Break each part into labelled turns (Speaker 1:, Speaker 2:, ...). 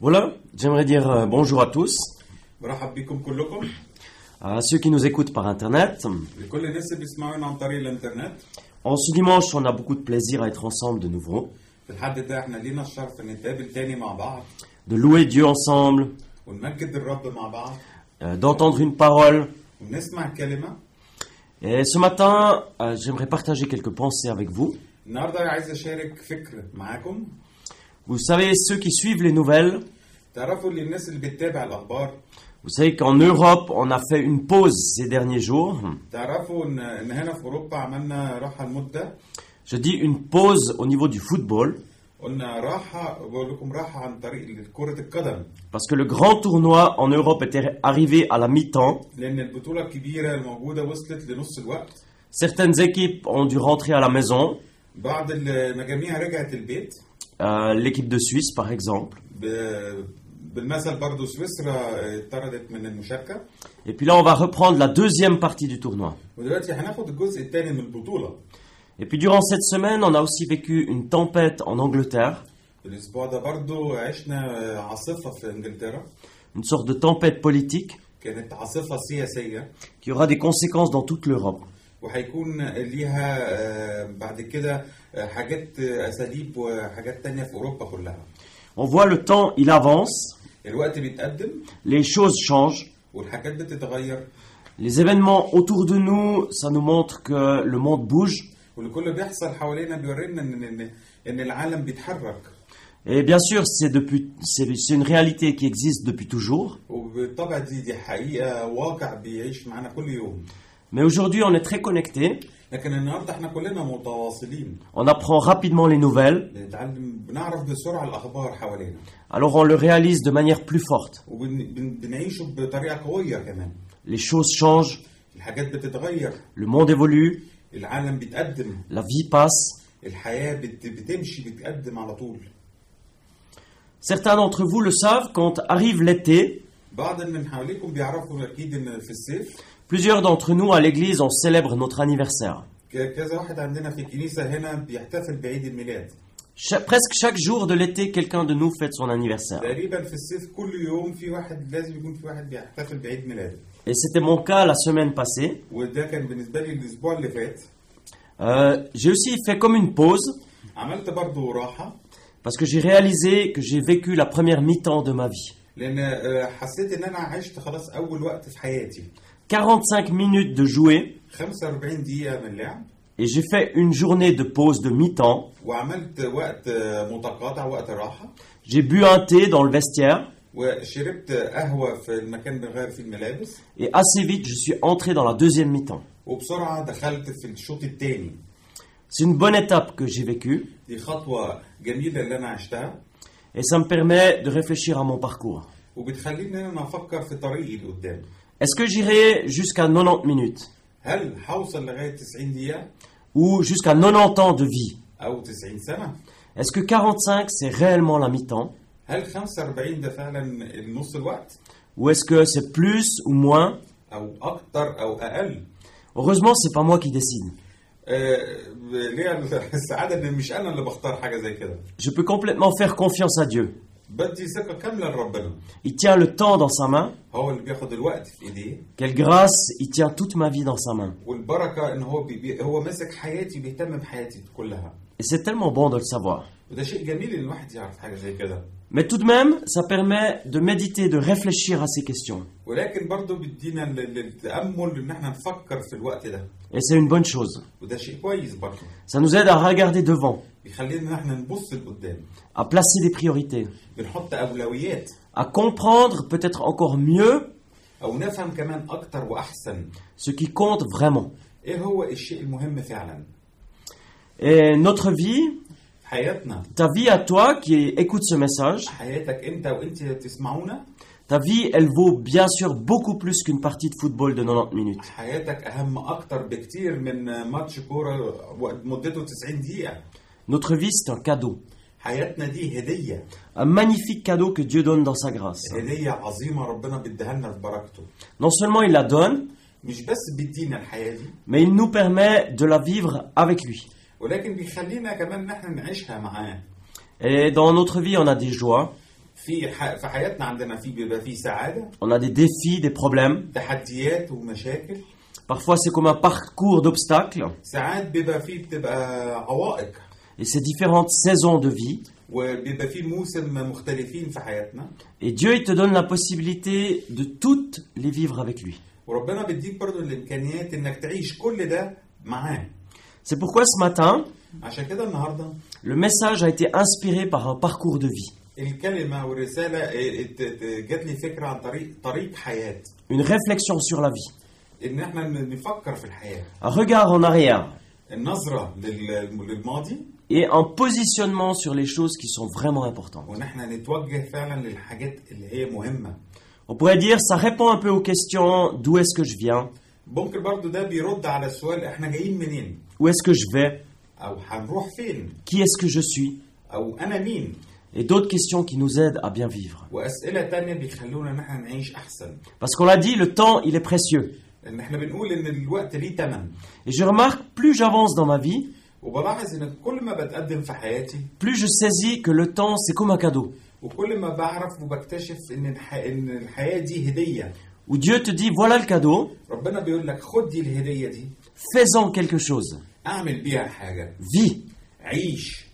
Speaker 1: Voilà, j'aimerais dire euh, bonjour à tous,
Speaker 2: برحب بكم كلكم
Speaker 1: à ceux qui nous écoutent par Internet.
Speaker 2: لكل الناس اللي بيسمعونا عن طريق الانترنت
Speaker 1: En ce dimanche, on a beaucoup de plaisir à être ensemble de nouveau,
Speaker 2: في الحد ده احنا لينا الشرف ان نتقابل تاني مع بعض
Speaker 1: de louer Dieu ensemble,
Speaker 2: ونمجد الرب مع بعض
Speaker 1: euh, d'entendre une parole.
Speaker 2: ونسمع كلمة
Speaker 1: Et ce matin, euh, j'aimerais partager quelques pensées avec vous.
Speaker 2: النهارده عايز اشارك فكر معاكم
Speaker 1: Vous savez, ceux qui suivent les nouvelles,
Speaker 2: تعرفوا اللي الناس اللي بتتابع الاخبار
Speaker 1: vous savez qu'en Europe, on a fait une pause ces derniers jours.
Speaker 2: تعرفوا ان ان هنا في اوروبا عملنا راحة لمدة
Speaker 1: Je dis une pause au niveau du football,
Speaker 2: قلنا راحة بقول لكم راحة عن طريق كرة القدم
Speaker 1: parce que le grand tournoi en Europe était arrivé à la mi-temps.
Speaker 2: لأن البطولة الكبيرة الموجودة وصلت لنص الوقت
Speaker 1: Certaines équipes ont dû rentrer à la maison,
Speaker 2: بعض المجاميع رجعت البيت
Speaker 1: euh, l'équipe de Suisse par exemple.
Speaker 2: ب- بالمثل برضو سويسرا اتطردت من المشاركة
Speaker 1: Et puis là, on va reprendre la deuxième partie du tournoi.
Speaker 2: ودلوقتي هناخد الجزء الثاني من البطولة
Speaker 1: Et puis durant cette semaine, on a aussi vécu une tempête en Angleterre,
Speaker 2: الأسبوع ده برضو عشنا آه، عاصفة في إنجلترا
Speaker 1: une sorte de tempête politique
Speaker 2: كانت عاصفة سياسية
Speaker 1: qui aura des conséquences dans toute l'Europe.
Speaker 2: وهيكون ليها آه، بعد كده آه، حاجات آه، أساليب وحاجات تانية في أوروبا كلها
Speaker 1: On voit le temps, il avance,
Speaker 2: الوقت بيتقدم
Speaker 1: les choses changent,
Speaker 2: والحاجات بتتغير
Speaker 1: les événements autour de nous, ça nous montre que le monde bouge.
Speaker 2: واللي كله بيحصل حوالينا بيورينا إن إن إن العالم بيتحرك
Speaker 1: Et bien sûr, c'est depuis- c'est- c'est une réalité qui existe depuis toujours.
Speaker 2: وبالطبع دي دي حقيقة واقع بيعيش معانا كل يوم
Speaker 1: Mais aujourd'hui, on est très connecté,
Speaker 2: لكن النهارده احنا كلنا متواصلين
Speaker 1: on apprend rapidement les nouvelles,
Speaker 2: بنتعلم بنعرف بسرعه الاخبار حوالينا
Speaker 1: alors on le réalise de manière plus forte.
Speaker 2: وبنعيشه بطريقه قويه كمان
Speaker 1: Les choses changent,
Speaker 2: الحاجات بتتغير
Speaker 1: le monde évolue,
Speaker 2: العالم بيتقدم
Speaker 1: la vie passe.
Speaker 2: الحياه بت... بتمشي بتقدم على طول
Speaker 1: Certains d'entre vous le savent, quand arrive l'été,
Speaker 2: بعض اللي من حواليكم بيعرفوا اكيد ان في الصيف
Speaker 1: plusieurs d'entre nous à l'église, on célèbre notre anniversaire.
Speaker 2: ك- كذا واحد عندنا في الكنيسه هنا بيحتفل بعيد الميلاد
Speaker 1: Cha- presque chaque jour de l'été, quelqu'un de nous fête son anniversaire.
Speaker 2: تقريبا في الصيف كل يوم في واحد لازم يكون في واحد بيحتفل بعيد ميلاده
Speaker 1: Et c'était mon cas la semaine passée.
Speaker 2: وده كان بالنسبه لي الاسبوع اللي فات
Speaker 1: Euh, j'ai aussi fait comme une pause,
Speaker 2: عملت برضه راحه
Speaker 1: parce que j'ai réalisé que j'ai vécu la première mi-temps de ma vie.
Speaker 2: لان آه، حسيت ان انا عشت خلاص اول وقت في حياتي
Speaker 1: 45 minutes de jouer,
Speaker 2: 45 دقيقه من لعب
Speaker 1: et j'ai fait une journée de pause de mi-temps.
Speaker 2: وعملت وقت آه، متقاطع وقت راحه
Speaker 1: J'ai bu un thé dans le vestiaire,
Speaker 2: وشربت قهوه في المكان بنغير فيه الملابس
Speaker 1: et assez vite, je suis entré dans la deuxième mi-temps.
Speaker 2: وبسرعه دخلت في الشوط الثاني
Speaker 1: C'est une bonne étape que j'ai vécue.
Speaker 2: دي خطوه جميله اللي انا عشتها
Speaker 1: Et ça me permet de réfléchir à mon parcours.
Speaker 2: وبتخليني ان انا افكر في طريقي لقدام
Speaker 1: Est-ce que j'irai jusqu'à 90 minutes
Speaker 2: هل هوصل لغايه 90 دقيقه
Speaker 1: ou jusqu'à 90 ans de vie
Speaker 2: او 90 سنه
Speaker 1: Est-ce que 45 c'est réellement la mi-temps
Speaker 2: هل 45 ده فعلا نص الوقت
Speaker 1: ou est-ce que c'est plus ou moins
Speaker 2: او اكتر او اقل
Speaker 1: Heureusement, c'est pas moi qui décide.
Speaker 2: آه، ليا السعاده ان مش انا اللي بختار حاجه زي كده
Speaker 1: Je peux complètement faire confiance à Dieu.
Speaker 2: بدي ثقه كامله لربنا
Speaker 1: Il tient le temps dans sa main.
Speaker 2: هو اللي بياخد الوقت في ايديه
Speaker 1: Quelle grâce, il tient toute ma vie dans sa main.
Speaker 2: والبركه ان هو بي بي- هو ماسك حياتي بيهتم بحياتي كلها
Speaker 1: Et c'est tellement bon de le savoir.
Speaker 2: وده شيء جميل ان الواحد يعرف حاجه زي كده
Speaker 1: Mais tout de même, ça permet de méditer, de réfléchir à ces questions.
Speaker 2: ولكن برضه بيدينا ال- ال- التامل ان احنا نفكر في الوقت ده
Speaker 1: Et c'est une bonne chose.
Speaker 2: وده شيء كويس برضه
Speaker 1: Ça nous aide à regarder devant,
Speaker 2: بيخلينا ان احنا نبص لقدام
Speaker 1: à placer des priorités.
Speaker 2: بنحط اولويات
Speaker 1: à comprendre peut-être encore mieux
Speaker 2: او نفهم كمان اكتر واحسن
Speaker 1: ce qui compte vraiment.
Speaker 2: ايه هو الشيء المهم فعلا
Speaker 1: Et notre vie,
Speaker 2: في حياتنا
Speaker 1: ta vie à toi qui écoute ce message,
Speaker 2: حياتك انت وانت تسمعونا
Speaker 1: ta vie, elle vaut bien sûr beaucoup plus qu'une partie de football de 90 minutes.
Speaker 2: حياتك اهم اكتر بكتير من ماتش كوره وقت- مدته 90 دقيقه
Speaker 1: Notre vie, c'est un cadeau.
Speaker 2: حياتنا دي هديه
Speaker 1: Un magnifique cadeau que Dieu donne dans sa grâce.
Speaker 2: هديه عظيمه ربنا بيديها لنا في بركته
Speaker 1: Non seulement il la donne,
Speaker 2: مش بس بيدينا الحياه دي
Speaker 1: mais il nous permet de la vivre avec lui.
Speaker 2: ولكن بيخلينا كمان ان احنا نعيشها معاه
Speaker 1: Et dans notre vie, on a des joies,
Speaker 2: في في ح- في حياتنا عندنا في بيبقى في سعاده
Speaker 1: On a des défis, des problèmes.
Speaker 2: تحديات ومشاكل
Speaker 1: Parfois, c'est comme un parcours d'obstacles.
Speaker 2: ساعات بيبقى فيه بتبقى عوائق
Speaker 1: Et c'est différentes saisons de vie.
Speaker 2: وبيبقى فيه موسم مختلفين في حياتنا
Speaker 1: Et Dieu, il te donne la possibilité de toutes les vivre avec lui.
Speaker 2: وربنا بيديك برضو الامكانيات انك تعيش كل ده معاه
Speaker 1: C'est pourquoi ce matin,
Speaker 2: عشان كده النهارده
Speaker 1: le message a été inspiré par un parcours de vie.
Speaker 2: الكلمه والرساله اه، ات- ات- جات لي فكره عن طريق طريق حياه
Speaker 1: Une réflexion sur la vie.
Speaker 2: ان احنا ن- نفكر في الحياه
Speaker 1: Un regard en arrière.
Speaker 2: النظره لل- للماضي
Speaker 1: Et un positionnement sur les choses qui sont vraiment importantes.
Speaker 2: وان احنا نتوجه فعلا للحاجات اللي هي مهمه
Speaker 1: On pourrait dire, ça répond un peu aux questions d'où est-ce que je viens,
Speaker 2: ممكن برضو ده بيرد على السؤال احنا جايين منين
Speaker 1: où est-ce que je vais,
Speaker 2: او هنروح فين
Speaker 1: qui est-ce que je suis,
Speaker 2: او انا مين
Speaker 1: et d'autres questions qui nous aident à bien vivre.
Speaker 2: واسئله تانية بيخلونا ان احنا نعيش احسن
Speaker 1: Parce qu'on l'a dit, le temps, il est précieux.
Speaker 2: لان احنا بنقول ان الوقت ليه تمن
Speaker 1: Et je remarque, plus j'avance dans ma vie,
Speaker 2: وبلاحظ ان كل ما بتقدم في حياتي
Speaker 1: plus je saisis que le temps, c'est comme un cadeau.
Speaker 2: وكل ما بعرف وبكتشف ان الح... ان الحياه دي هديه
Speaker 1: Où Dieu te dit, voilà le cadeau,
Speaker 2: ربنا بيقول لك خد دي الهديه دي
Speaker 1: fais-en quelque chose,
Speaker 2: اعمل بيها حاجه
Speaker 1: vis.
Speaker 2: عيش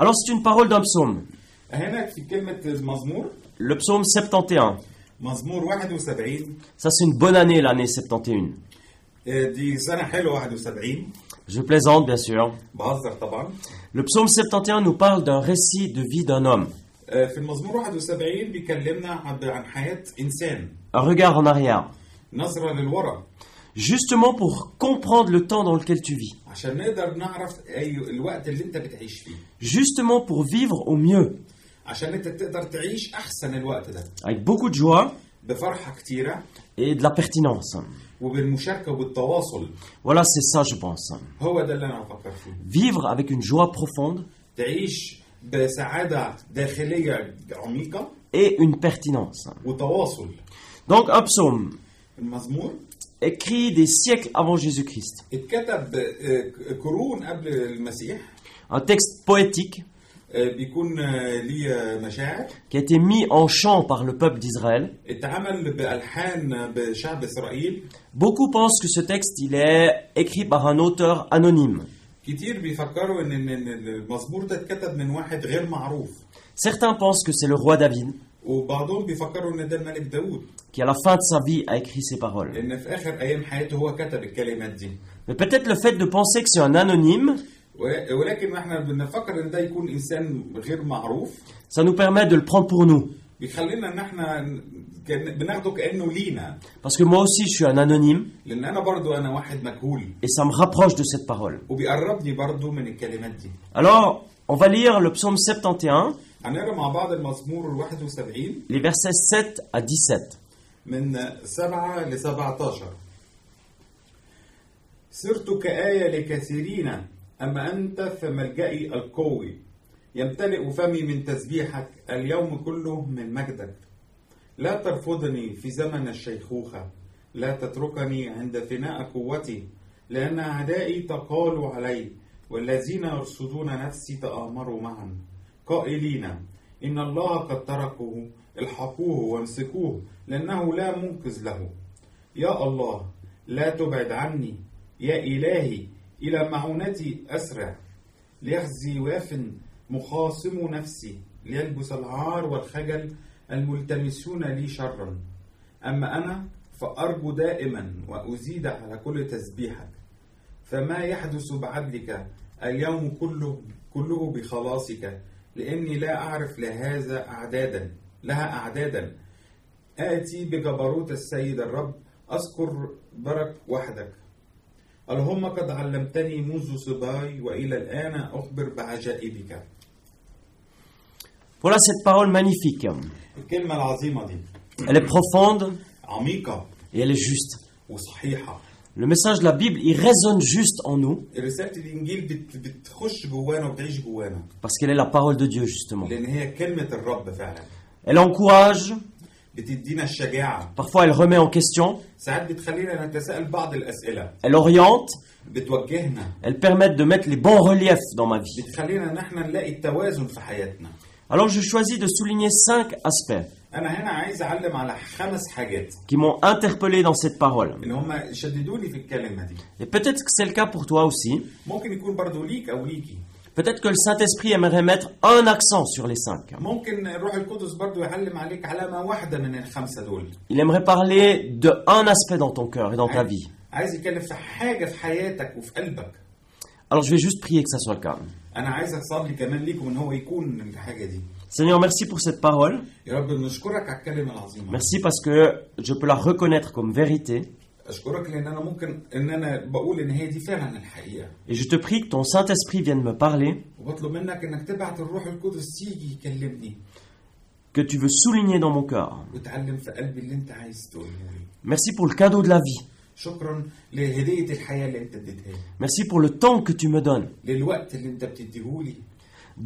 Speaker 1: Alors c'est une parole d'un psaume,
Speaker 2: هنا في كلمه مزمور
Speaker 1: le psaume 71.
Speaker 2: مزمور 71
Speaker 1: Ça c'est une bonne année, l'année 71.
Speaker 2: آه، دي سنه حلوه 71
Speaker 1: Je plaisante bien sûr.
Speaker 2: بهزر طبعا
Speaker 1: Le psaume 71 nous parle d'un récit de vie d'un homme,
Speaker 2: آه، في المزمور 71 بيكلمنا عن عن حياه انسان
Speaker 1: un regard en arrière.
Speaker 2: نظره للورا
Speaker 1: justement pour comprendre le temps dans lequel tu vis,
Speaker 2: عشان نقدر نعرف اي الوقت اللي انت بتعيش فيه
Speaker 1: justement pour vivre au mieux,
Speaker 2: عشان انت تقدر تعيش احسن الوقت ده
Speaker 1: avec beaucoup de joie
Speaker 2: بفرحه كتيره
Speaker 1: et de la pertinence.
Speaker 2: وبالمشاركه وبالتواصل
Speaker 1: Voilà, c'est ça, je pense.
Speaker 2: هو ده اللي انا بفكر فيه
Speaker 1: Vivre avec une joie profonde
Speaker 2: تعيش بسعاده داخليه عميقه
Speaker 1: et une pertinence.
Speaker 2: وتواصل
Speaker 1: Donc, un psaume
Speaker 2: المزمور
Speaker 1: écrit des siècles avant Jésus-Christ,
Speaker 2: اتكتب آه، قرون قبل المسيح
Speaker 1: un texte poétique
Speaker 2: آه، بيكون آه، ليه آه، مشاعر
Speaker 1: qui a été mis en chant par le peuple d'Israël.
Speaker 2: اتعمل بالحان بشعب اسرائيل
Speaker 1: Beaucoup pensent que ce texte, il est écrit par un auteur anonyme.
Speaker 2: كتير بيفكروا ان إن- إن المزمور ده اتكتب من واحد غير معروف
Speaker 1: Certains pensent que c'est le roi David
Speaker 2: وبعضهم بيفكروا ان ده الملك داوود
Speaker 1: qui, à la fin de sa vie, a écrit ces paroles.
Speaker 2: لان في اخر ايام حياته هو كتب الكلمات دي
Speaker 1: Mais peut-être le fait de penser que c'est un anonyme,
Speaker 2: ول- ولكن احنا بنفكر ان ده يكون انسان غير معروف
Speaker 1: ça nous permet de le prendre pour nous.
Speaker 2: بيخلينا ان احنا كأن- بناخده كانه لينا
Speaker 1: Parce que moi aussi, je suis un anonyme
Speaker 2: لان انا برضو انا واحد مجهول
Speaker 1: et ça me rapproche de cette parole.
Speaker 2: وبيقربني برضو من الكلمات دي
Speaker 1: Alors, on va lire le psaume 71,
Speaker 2: هنقرا مع بعض المزمور 71
Speaker 1: les versets 7 à 17.
Speaker 2: من 7 ل 17 صرت كآية لكثيرين أما أنت فملجئي القوي يمتلئ فمي من تسبيحك اليوم كله من مجدك لا ترفضني في زمن الشيخوخة لا تتركني عند فناء قوتي لأن أعدائي تقالوا علي والذين يرصدون نفسي تآمروا معا قائلين إن الله قد تركه الحقوه وامسكوه لأنه لا منقذ له يا الله لا تبعد عني يا إلهي إلى معونتي أسرع ليخزي وافن مخاصم نفسي ليلبس العار والخجل الملتمسون لي شرا أما أنا فأرجو دائما وأزيد على كل تسبيحك فما يحدث بعدلك اليوم كله كله بخلاصك لأني لا أعرف لهذا أعدادا لها أعدادا آتي بجبروت السيد الرب أذكر برك وحدك اللهم قد علمتني منذ صباي وإلى الآن أخبر بعجائبك
Speaker 1: Voilà cette parole magnifique.
Speaker 2: الكلمة العظيمة دي
Speaker 1: Elle est profonde
Speaker 2: عميقة
Speaker 1: et elle est juste.
Speaker 2: وصحيحة
Speaker 1: Le message de la Bible, il résonne juste en nous
Speaker 2: رسالة الإنجيل بت- بتخش جوانا وبتعيش جوانا
Speaker 1: parce qu'elle est la parole de Dieu, justement.
Speaker 2: لأن هي كلمة الرب فعلا
Speaker 1: Elle encourage,
Speaker 2: بتدينا الشجاعة
Speaker 1: parfois elle remet en question,
Speaker 2: ساعات بتخلينا نتساءل بعض الأسئلة
Speaker 1: elle oriente,
Speaker 2: بتوجهنا
Speaker 1: elle permet de mettre les bons reliefs dans ma vie.
Speaker 2: بتخلينا إن احنا نلاقي التوازن في حياتنا
Speaker 1: Alors je choisis de souligner cinq aspects
Speaker 2: انا هنا عايز اعلم على خمس حاجات
Speaker 1: qui m'ont interpellé dans cette parole.
Speaker 2: اللي هم شددوني في الكلمه دي
Speaker 1: Et peut-être que c'est le cas pour toi aussi.
Speaker 2: ممكن يكون برضو ليك او ليكي
Speaker 1: Peut-être que le Saint-Esprit aimerait mettre un accent sur les cinq.
Speaker 2: ممكن الروح القدس برضو يعلم عليك علامه واحده من الخمسه دول
Speaker 1: Il aimerait parler de un aspect dans ton cœur et dans ta vie.
Speaker 2: عايز يتكلم في حاجه في حياتك وفي قلبك
Speaker 1: Alors je vais juste prier que ça soit le cas.
Speaker 2: انا عايز اصلي كمان ليكم ان هو يكون من الحاجه دي
Speaker 1: Seigneur, merci pour cette parole.
Speaker 2: يا رب نشكرك على الكلمه العظيمه
Speaker 1: Merci parce que je peux la reconnaître comme vérité.
Speaker 2: اشكرك لان انا ممكن ان انا بقول ان هي دي فعلا الحقيقه
Speaker 1: Et je te prie que ton Saint-Esprit vienne me parler,
Speaker 2: وبطلب منك انك تبعت الروح القدس يجي يكلمني
Speaker 1: que tu veux souligner dans mon cœur.
Speaker 2: وتعلم في قلبي اللي انت عايز تقوله لي
Speaker 1: Merci pour le cadeau de la vie.
Speaker 2: شكرا لهديه الحياه اللي انت اديتها لي
Speaker 1: Merci pour le temps que tu me donnes.
Speaker 2: للوقت اللي انت بتديهولي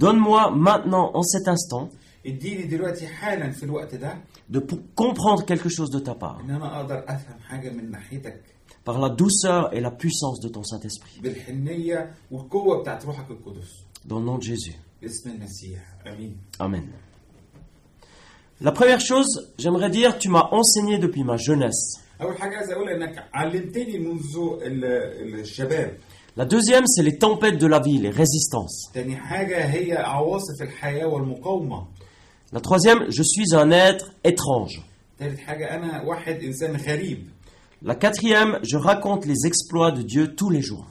Speaker 1: Donne-moi maintenant, en cet instant,
Speaker 2: اديني دلوقتي حالا في الوقت ده
Speaker 1: de pou- comprendre quelque chose de ta part,
Speaker 2: ان انا اقدر افهم حاجه من ناحيتك
Speaker 1: par la douceur et la puissance de ton Saint-Esprit.
Speaker 2: بالحنيه والقوه بتاعت روحك القدس
Speaker 1: Dans le nom de Jésus.
Speaker 2: باسم المسيح امين
Speaker 1: Amen. La première chose, j'aimerais dire, tu m'as enseigné depuis ma jeunesse.
Speaker 2: اول حاجه عايز اقول انك علمتني منذ ال- ال- الشباب
Speaker 1: La deuxième, c'est les tempêtes de la vie, les résistances.
Speaker 2: تاني حاجه هي عواصف الحياه والمقاومه
Speaker 1: La troisième, je suis un être étrange.
Speaker 2: تالت حاجه انا واحد انسان غريب
Speaker 1: La quatrième, je raconte les exploits de Dieu tous les jours.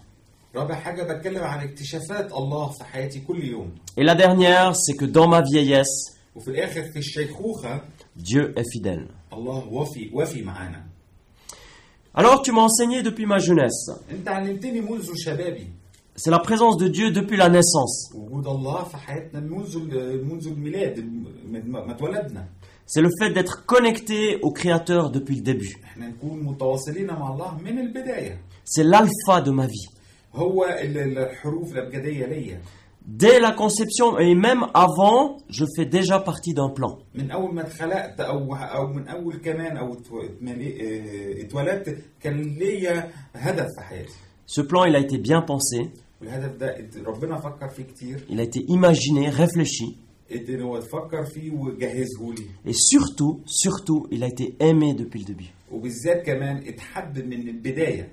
Speaker 2: رابع حاجه بتكلم عن اكتشافات الله في حياتي كل يوم
Speaker 1: Et la dernière, c'est que dans ma vieillesse,
Speaker 2: وفي الاخر في الشيخوخه
Speaker 1: Dieu est fidèle.
Speaker 2: الله وفي وفي معانا
Speaker 1: Alors tu m'as enseigné depuis ma jeunesse.
Speaker 2: انت علمتني منذ شبابي
Speaker 1: C'est la présence de Dieu depuis la naissance.
Speaker 2: وجود الله في حياتنا منذ ال- منذ الميلاد من ما ما اتولدنا
Speaker 1: C'est le fait d'être connecté au Créateur depuis le début.
Speaker 2: احنا نكون متواصلين مع الله من البدايه
Speaker 1: C'est l'alpha de ma vie.
Speaker 2: هو ال- ال- الحروف الابجديه ليا
Speaker 1: Dès la conception et même avant, je fais déjà partie d'un plan.
Speaker 2: من اول ما اتخلقت او او من اول كمان او اتو- اتملي- اه، اتولدت كان ليا هدف في حياتي
Speaker 1: Ce plan, il a été bien pensé,
Speaker 2: والهدف ده ات- ربنا فكر فيه كتير
Speaker 1: il a été imaginé, réfléchi,
Speaker 2: ادى إن هو تفكر فيه وجهزه لي
Speaker 1: et surtout, surtout, il a été aimé depuis le début.
Speaker 2: وبالذات كمان اتحب من البدايه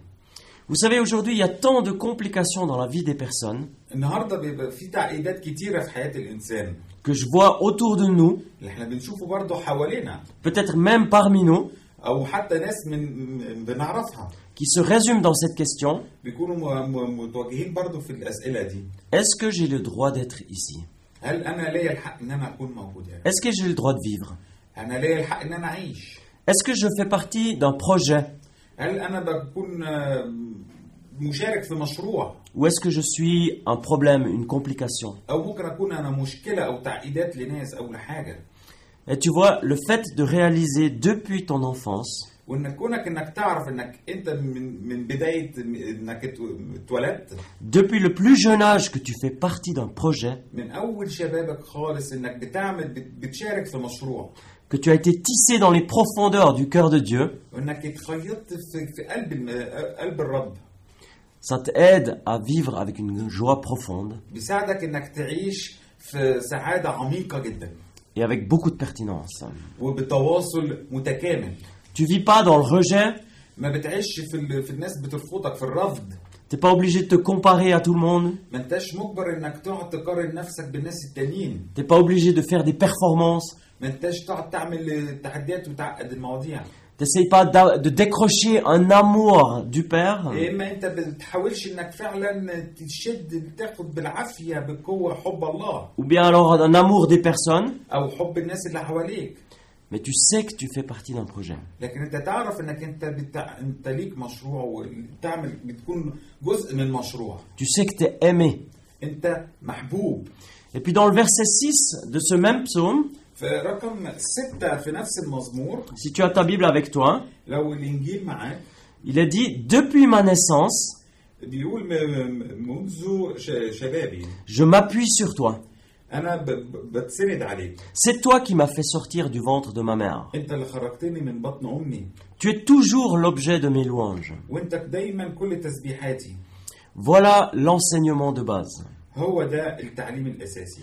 Speaker 1: Vous savez, aujourd'hui, il y a tant de complications dans la vie des personnes
Speaker 2: النهارده بيبقى في تعقيدات كتيره في حياه الانسان
Speaker 1: que je vois autour de nous,
Speaker 2: اللي احنا بنشوفه برضه حوالينا
Speaker 1: peut-être même parmi nous,
Speaker 2: او حتى ناس من من- بنعرفها
Speaker 1: qui se résument dans cette question.
Speaker 2: بيكونوا م- م- متواجهين برضه في الاسئله دي
Speaker 1: Est-ce que j'ai le droit d'être ici
Speaker 2: هل انا ليا الحق ان انا اكون موجود هنا؟
Speaker 1: Est-ce que j'ai le droit de vivre
Speaker 2: انا ليا الحق ان انا اعيش
Speaker 1: Est-ce que je fais partie d'un projet
Speaker 2: هل انا بكون آه، مشارك في مشروع
Speaker 1: Ou est-ce que je suis un problème, une complication
Speaker 2: او ممكن اكون انا مشكله او تعقيدات لناس او لحاجه
Speaker 1: Et tu vois, le fait de réaliser depuis ton enfance
Speaker 2: وانك كونك انك تعرف انك انت من من بدايه انك اتو- اتولدت
Speaker 1: Depuis le plus jeune âge que tu fais partie d'un projet,
Speaker 2: من اول شبابك خالص انك بتعمل بت- بتشارك في مشروع
Speaker 1: que tu as été tissé dans les profondeurs du cœur de Dieu,
Speaker 2: وانك اتخيطت في, في قلب الم- قلب الرب
Speaker 1: ça t'aide à vivre avec une joie profonde
Speaker 2: بيساعدك انك تعيش في سعاده عميقه جدا
Speaker 1: et avec beaucoup de pertinence.
Speaker 2: وبتواصل متكامل
Speaker 1: Tu vis pas dans le rejet,
Speaker 2: ما بتعيش في, ال... في الناس بترفضك في الرفض
Speaker 1: t'es pas obligé de te comparer à tout le monde,
Speaker 2: ما انتش مجبر انك تقعد تقارن نفسك بالناس التانيين
Speaker 1: t'es pas obligé de faire des performances,
Speaker 2: ما انتش تقعد تعمل تحديات وتعقد المواضيع
Speaker 1: t'essayes pas d'a- de décrocher un amour du Père,
Speaker 2: يا اما انت بتحاولش انك فعلا تشد تاخد بالعافيه بقوه حب الله
Speaker 1: ou bien alors un amour des personnes,
Speaker 2: او حب الناس اللي حواليك
Speaker 1: mais tu sais que tu fais partie d'un projet.
Speaker 2: لكن انت تعرف انك انت بتاع انت ليك مشروع وبتعمل بتكون جزء من مشروع
Speaker 1: Tu sais que t'es aimé.
Speaker 2: انت محبوب
Speaker 1: Et puis dans le verset 6 de ce même psaume,
Speaker 2: في رقم ستة في نفس المزمور
Speaker 1: si tu as ta Bible avec toi,
Speaker 2: لو الانجيل معاك
Speaker 1: il est dit Depuis ma naissance,
Speaker 2: بيقول م- م- منذ ش- شبابي
Speaker 1: je m'appuie sur toi.
Speaker 2: انا ب- ب- بتسند عليك
Speaker 1: C'est toi qui m'as fait sortir du ventre de ma mère.
Speaker 2: انت اللي خرجتني من بطن امي
Speaker 1: Tu es toujours l'objet de mes louanges.
Speaker 2: وانت دايما كل تسبيحاتي
Speaker 1: Voilà l'enseignement de base.
Speaker 2: هو ده التعليم الاساسي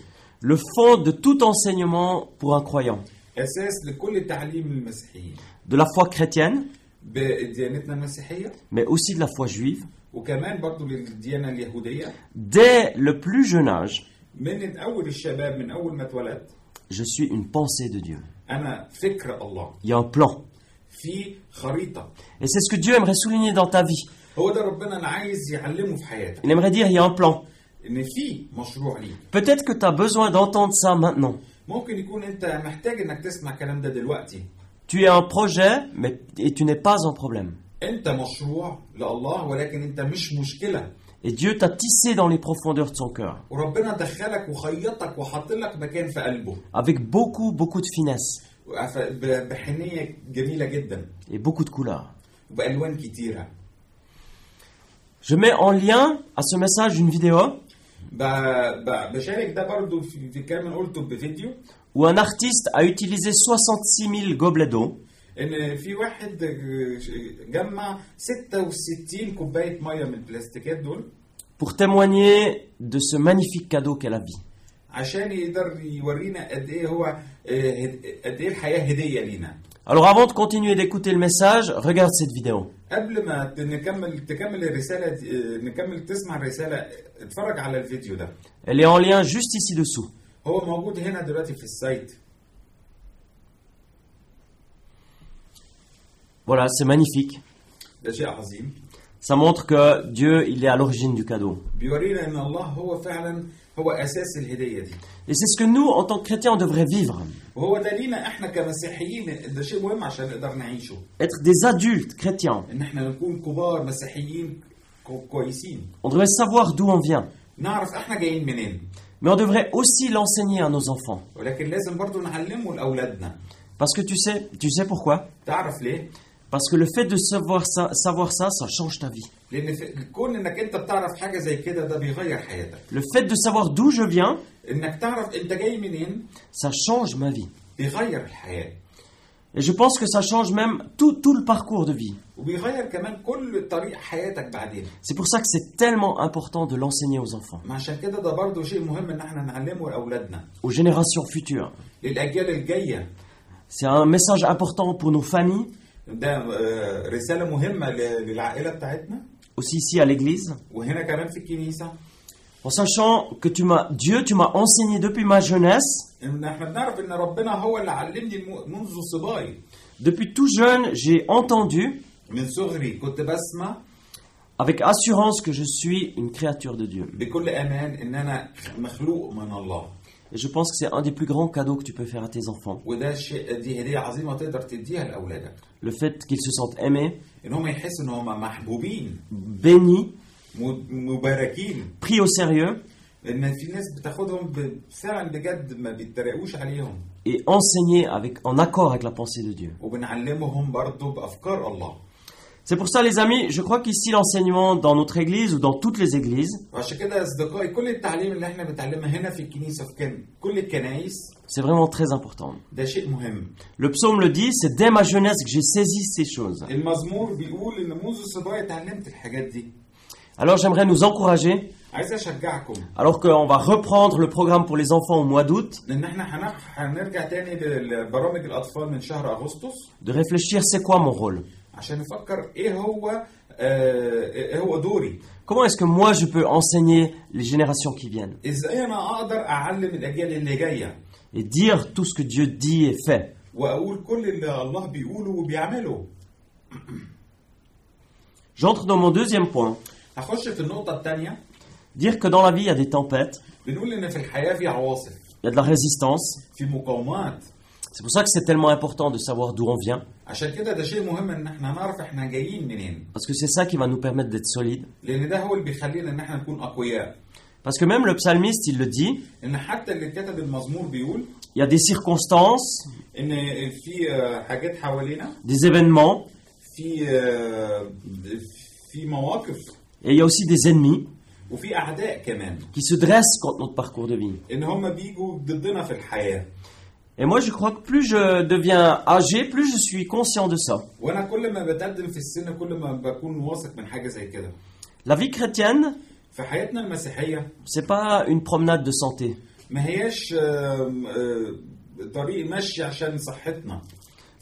Speaker 1: le fond de tout enseignement pour un croyant,
Speaker 2: أساس لكل تعليم المسيحيين
Speaker 1: de la foi chrétienne,
Speaker 2: بديانتنا المسيحية
Speaker 1: mais aussi de la foi juive,
Speaker 2: وكمان برضه للديانة اليهودية
Speaker 1: dès le plus jeune âge,
Speaker 2: من أول الشباب من أول ما اتولدت
Speaker 1: je suis une pensée de Dieu.
Speaker 2: أنا فكر الله
Speaker 1: Il y a un plan.
Speaker 2: في خريطة
Speaker 1: Et c'est ce que Dieu aimerait souligner dans ta vie.
Speaker 2: هو ده ربنا أنا عايز يعلمه في حياتك
Speaker 1: Il aimerait dire, il y a un plan.
Speaker 2: إن في مشروع ليك
Speaker 1: Peut-être que tu as besoin d'entendre ça maintenant.
Speaker 2: ممكن يكون أنت محتاج إنك تسمع الكلام ده دلوقتي
Speaker 1: Tu es un projet, mais et tu n'es pas un problème.
Speaker 2: أنت مشروع لله ولكن أنت مش مشكلة
Speaker 1: Et Dieu t'a tissé dans les profondeurs de son cœur,
Speaker 2: وربنا دخلك وخيطك وحط لك مكان في قلبه
Speaker 1: avec beaucoup, beaucoup de finesse
Speaker 2: وقف- ب- بحنية جميلة جدا
Speaker 1: et beaucoup de couleurs.
Speaker 2: وبألوان كتيرة
Speaker 1: Je mets en lien à ce message une vidéo
Speaker 2: ب... ب... بشارك ده برضو في, في الكلام اللي قلته بفيديو
Speaker 1: où un artiste a utilisé 66 000 gobelets d'eau
Speaker 2: ان في واحد جمع 66 كوبايه ميه من البلاستيكات دول
Speaker 1: pour témoigner de ce magnifique cadeau qu'est la vie.
Speaker 2: عشان يقدر يورينا قد ايه هو آه، هد- قد ايه الحياه هديه لينا
Speaker 1: Alors avant de continuer d'écouter le message, regarde cette vidéo.
Speaker 2: قبل ما ت- نكمل تكمل الرساله دي آه، نكمل تسمع الرساله آه، اتفرج على الفيديو ده
Speaker 1: Elle est en lien juste ici dessous.
Speaker 2: هو موجود هنا دلوقتي في السايت
Speaker 1: Voilà, c'est magnifique.
Speaker 2: ده شيء عظيم
Speaker 1: Ça montre que Dieu, il est à l'origine du cadeau.
Speaker 2: بيورينا ان الله هو فعلا هو اساس الهديه دي
Speaker 1: Et c'est ce que nous, en tant que chrétiens, on devrait vivre.
Speaker 2: وهو ده لينا احنا كمسيحيين ده شيء مهم عشان نقدر نعيشه
Speaker 1: Être des adultes chrétiens.
Speaker 2: ان احنا نكون كبار مسيحيين كو- كويسين
Speaker 1: On devrait savoir d'où on vient.
Speaker 2: نعرف احنا جايين منين
Speaker 1: Mais on devrait aussi l'enseigner à nos enfants.
Speaker 2: ولكن لازم برضو نعلمه لاولادنا
Speaker 1: Parce que tu sais, tu sais pourquoi
Speaker 2: تعرف ليه
Speaker 1: Parce que le fait de savoir ça, savoir ça, ça change ta vie.
Speaker 2: لان في- كون انك انت بتعرف حاجه زي كده ده بيغير حياتك
Speaker 1: Le fait de savoir d'où je viens,
Speaker 2: انك تعرف انت جاي منين
Speaker 1: ça change ma vie.
Speaker 2: بيغير الحياه
Speaker 1: Et je pense que ça change même tout, tout le parcours de vie.
Speaker 2: وبيغير كمان كل طريق حياتك بعدين
Speaker 1: C'est pour ça que c'est tellement important de l'enseigner aux enfants,
Speaker 2: ما عشان كده ده برضو شيء مهم ان احنا نعلمه لاولادنا
Speaker 1: aux générations futures.
Speaker 2: للاجيال الجايه
Speaker 1: C'est un message important pour nos familles,
Speaker 2: ده آه، رساله مهمه ل- للعائله بتاعتنا
Speaker 1: aussi ici à l'église,
Speaker 2: وهنا كمان في الكنيسه
Speaker 1: en sachant que tu m'as, Dieu, tu m'as enseigné depuis ma jeunesse.
Speaker 2: ان احنا بنعرف ان ربنا هو اللي علمني م- منذ صباي
Speaker 1: Depuis tout jeune, j'ai entendu
Speaker 2: من صغري كنت بسمع
Speaker 1: avec assurance que je suis une créature de Dieu.
Speaker 2: بكل امان ان انا مخلوق من الله
Speaker 1: Et je pense que c'est un des plus grands cadeaux que tu peux faire à tes enfants.
Speaker 2: وده شيء دي هديه عظيمه تقدر تديها لاولادك
Speaker 1: Le fait qu'ils se sentent aimés,
Speaker 2: ان هم يحسوا ان هم محبوبين
Speaker 1: bénis,
Speaker 2: م- مباركين
Speaker 1: pris au sérieux
Speaker 2: ان في ناس بتاخدهم ب- فعلا بجد ما بيتريقوش عليهم
Speaker 1: et enseignés avec, en accord avec la pensée de Dieu.
Speaker 2: وبنعلمهم برضه بافكار الله
Speaker 1: C'est pour ça, les amis, je crois qu'ici, l'enseignement dans notre église ou dans toutes les églises,
Speaker 2: وعشان كده يا اصدقائي كل التعليم اللي احنا بنتعلمها هنا في الكنيسه في كن- كل الكنايس
Speaker 1: c'est vraiment très important.
Speaker 2: ده شيء مهم
Speaker 1: Le psaume le dit, c'est dès ma jeunesse que j'ai saisi ces choses.
Speaker 2: المزمور بيقول ان منذ صبايا اتعلمت الحاجات دي
Speaker 1: Alors j'aimerais nous encourager,
Speaker 2: عايز اشجعكم
Speaker 1: alors qu'on va reprendre le programme pour les enfants au mois d'août,
Speaker 2: لان احنا هنح- هنرجع تاني لبرامج الاطفال من شهر اغسطس
Speaker 1: de réfléchir c'est quoi mon rôle
Speaker 2: عشان نفكر ايه هو آه ايه هو دوري
Speaker 1: Comment est-ce que moi je peux enseigner les générations qui viennent
Speaker 2: ازاي انا اقدر اعلم الاجيال اللي جايه
Speaker 1: et dire tout ce que Dieu dit et fait
Speaker 2: واقول كل اللي الله بيقوله وبيعمله
Speaker 1: J'entre dans mon deuxième point,
Speaker 2: هخش في النقطه الثانيه
Speaker 1: dire que dans la vie il y a des tempêtes,
Speaker 2: بنقول ان في الحياه في عواصف
Speaker 1: il y a de la résistance.
Speaker 2: في مقاومات
Speaker 1: C'est pour ça que c'est tellement important de savoir d'où on vient,
Speaker 2: عشان كده ده شيء مهم ان احنا نعرف احنا جايين منين
Speaker 1: parce que c'est ça qui va nous permettre d'être solides.
Speaker 2: لان ده هو اللي بيخلينا ان احنا نكون اقوياء
Speaker 1: Parce que même le psalmiste, il le dit,
Speaker 2: ان حتى اللي كتب المزمور بيقول
Speaker 1: il y a des circonstances,
Speaker 2: ان في آه، حاجات حوالينا
Speaker 1: des événements,
Speaker 2: في آه، في مواقف
Speaker 1: et il y a aussi des ennemis
Speaker 2: وفي اعداء كمان
Speaker 1: qui se dressent contre notre parcours de vie.
Speaker 2: ان هم بيجوا ضدنا في الحياه
Speaker 1: Et moi, je crois que plus je deviens âgé, plus je suis conscient de ça.
Speaker 2: وانا كل ما بتقدم في السن كل ما بكون واثق من حاجه زي كده
Speaker 1: La vie chrétienne,
Speaker 2: في حياتنا المسيحيه
Speaker 1: c'est pas une promenade de santé.
Speaker 2: ما هياش آم، آه، طريق مشي عشان صحتنا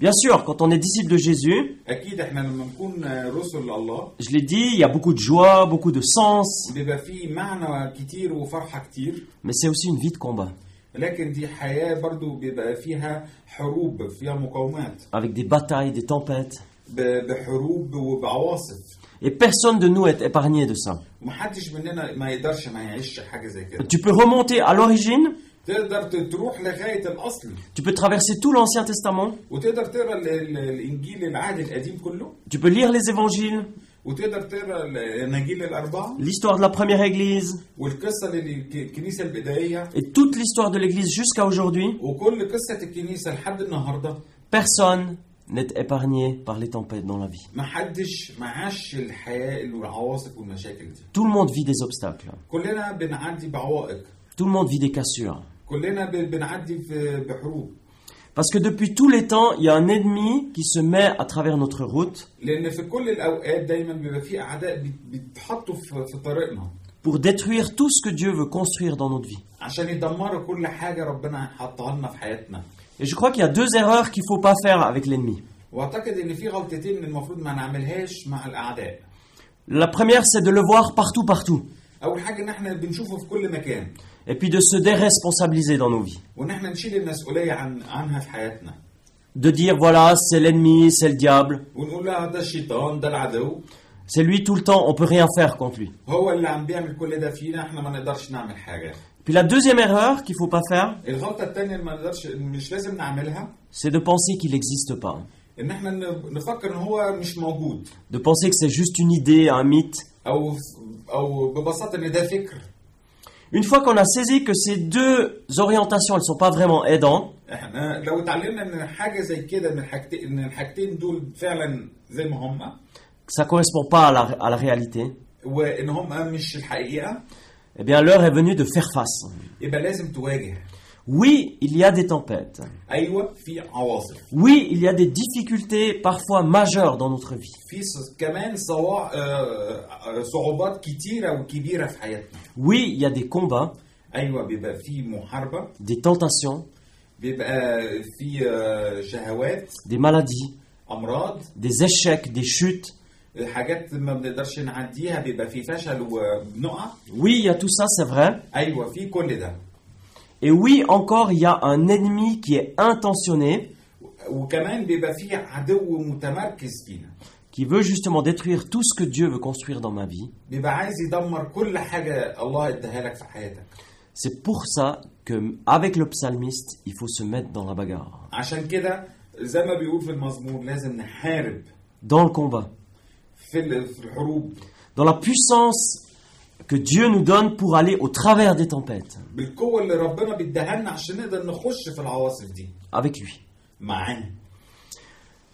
Speaker 1: Bien sûr, quand on est disciple de Jésus,
Speaker 2: اكيد احنا لما نكون آه، رسل لله
Speaker 1: je l'ai dit, il y a beaucoup de joie, beaucoup de sens,
Speaker 2: بيبقى فيه معنى كتير وفرحه كتير
Speaker 1: mais c'est aussi une vie de combat,
Speaker 2: لكن دي حياه برضو بيبقى فيها حروب فيها مقاومات
Speaker 1: avec des batailles, des tempêtes.
Speaker 2: ب- بحروب وبعواصف
Speaker 1: Et personne de nous est épargné de ça.
Speaker 2: ومحدش مننا ما يقدرش ما يعيش حاجه زي كده
Speaker 1: Tu peux remonter à l'origine,
Speaker 2: تقدر تروح لغايه الاصل
Speaker 1: tu peux traverser tout l'Ancien Testament,
Speaker 2: وتقدر تقرا ال- ال- الانجيل العهد القديم كله
Speaker 1: tu peux lire les évangiles,
Speaker 2: وتقدر تقرا الاناجيل الاربعه
Speaker 1: l'histoire de la première Église,
Speaker 2: والقصه للكنيسه البدائيه
Speaker 1: et toute l'histoire de l'Église jusqu'à aujourd'hui.
Speaker 2: وكل قصه الكنيسه لحد النهارده
Speaker 1: Personne n'est épargné par les tempêtes dans la vie.
Speaker 2: ما حدش معاش الحياه والعواصف والمشاكل دي
Speaker 1: Tout le monde vit des obstacles,
Speaker 2: كلنا بنعدي بعوائق
Speaker 1: tout le monde vit des cassures.
Speaker 2: كلنا ب- بنعدي في بحروب
Speaker 1: Parce que depuis tous les temps, il y a un ennemi qui se met à travers notre route
Speaker 2: لان في كل الاوقات دايما بيبقى في اعداء بيت- بيتحطوا في في طريقنا
Speaker 1: pour détruire tout ce que Dieu veut construire dans notre vie.
Speaker 2: عشان يدمروا كل حاجه ربنا حطها لنا في حياتنا
Speaker 1: Et je crois qu'il y a deux erreurs qu'il ne faut pas faire avec l'ennemi.
Speaker 2: واعتقد ان في غلطتين المفروض ما نعملهاش مع الاعداء
Speaker 1: La première, c'est de le voir partout, partout,
Speaker 2: اول حاجه ان احنا بنشوفه في كل مكان
Speaker 1: et puis de se déresponsabiliser dans nos vies.
Speaker 2: وان احنا نشيل المسؤوليه عن عنها في حياتنا
Speaker 1: De dire, voilà, c'est l'ennemi, c'est le diable,
Speaker 2: ونقول لا ده الشيطان ده العدو
Speaker 1: c'est lui tout le temps, on peut rien faire contre lui.
Speaker 2: هو اللي عم بيعمل كل ده فينا احنا ما نقدرش نعمل حاجه
Speaker 1: Puis la deuxième erreur qu'il ne faut pas faire,
Speaker 2: الغلطه الثانيه اللي ما نقدرش مش لازم نعملها
Speaker 1: c'est de penser qu'il n'existe pas,
Speaker 2: ان احنا ن- نفكر ان هو مش موجود
Speaker 1: de penser que c'est juste une idée, un mythe.
Speaker 2: او او ببساطه ان ده فكر
Speaker 1: Une fois qu'on a saisi que ces deux orientations, elles ne sont pas vraiment aidantes,
Speaker 2: احنا لو اتعلمنا ان حاجه زي كده من حاجتين ان الحاجتين دول فعلا زي ما هم
Speaker 1: que ça ne correspond pas à la, à la réalité,
Speaker 2: وان هم مش الحقيقه
Speaker 1: eh bien l'heure est venue de faire face.
Speaker 2: يبقى لازم تواجه
Speaker 1: Oui, il y a des tempêtes.
Speaker 2: ايوه في عواصف
Speaker 1: Oui, il y a des difficultés parfois majeures dans notre vie.
Speaker 2: في ص- كمان صوا... آه، آه، صعوبات كتيرة وكبيرة في حياتنا
Speaker 1: Oui, il y a des combats,
Speaker 2: أيوة بيبقى في محاربة
Speaker 1: des tentations,
Speaker 2: بيبقى في آه، شهوات
Speaker 1: des maladies,
Speaker 2: أمراض
Speaker 1: des échecs, des chutes.
Speaker 2: حاجات ما بنقدرش نعديها بيبقى في فشل وبنقع
Speaker 1: Oui, il y a tout ça, c'est vrai.
Speaker 2: أيوة في كل ده
Speaker 1: Et oui, encore, il y a un ennemi qui est intentionné,
Speaker 2: وكمان بيبقى في عدو متمركز فينا
Speaker 1: qui veut justement détruire tout ce que Dieu veut construire dans ma vie.
Speaker 2: بيبقى عايز يدمر كل حاجة الله اداها لك في حياتك
Speaker 1: C'est pour ça que, avec le psalmiste, il faut se mettre dans la bagarre,
Speaker 2: عشان كده زي ما بيقول في المزمور لازم نحارب
Speaker 1: dans le combat,
Speaker 2: في ال- في الحروب
Speaker 1: dans la puissance que Dieu nous donne pour aller au travers des tempêtes,
Speaker 2: بالقوة اللي ربنا بيديها لنا عشان نقدر نخش في العواصف دي
Speaker 1: avec lui.
Speaker 2: معاه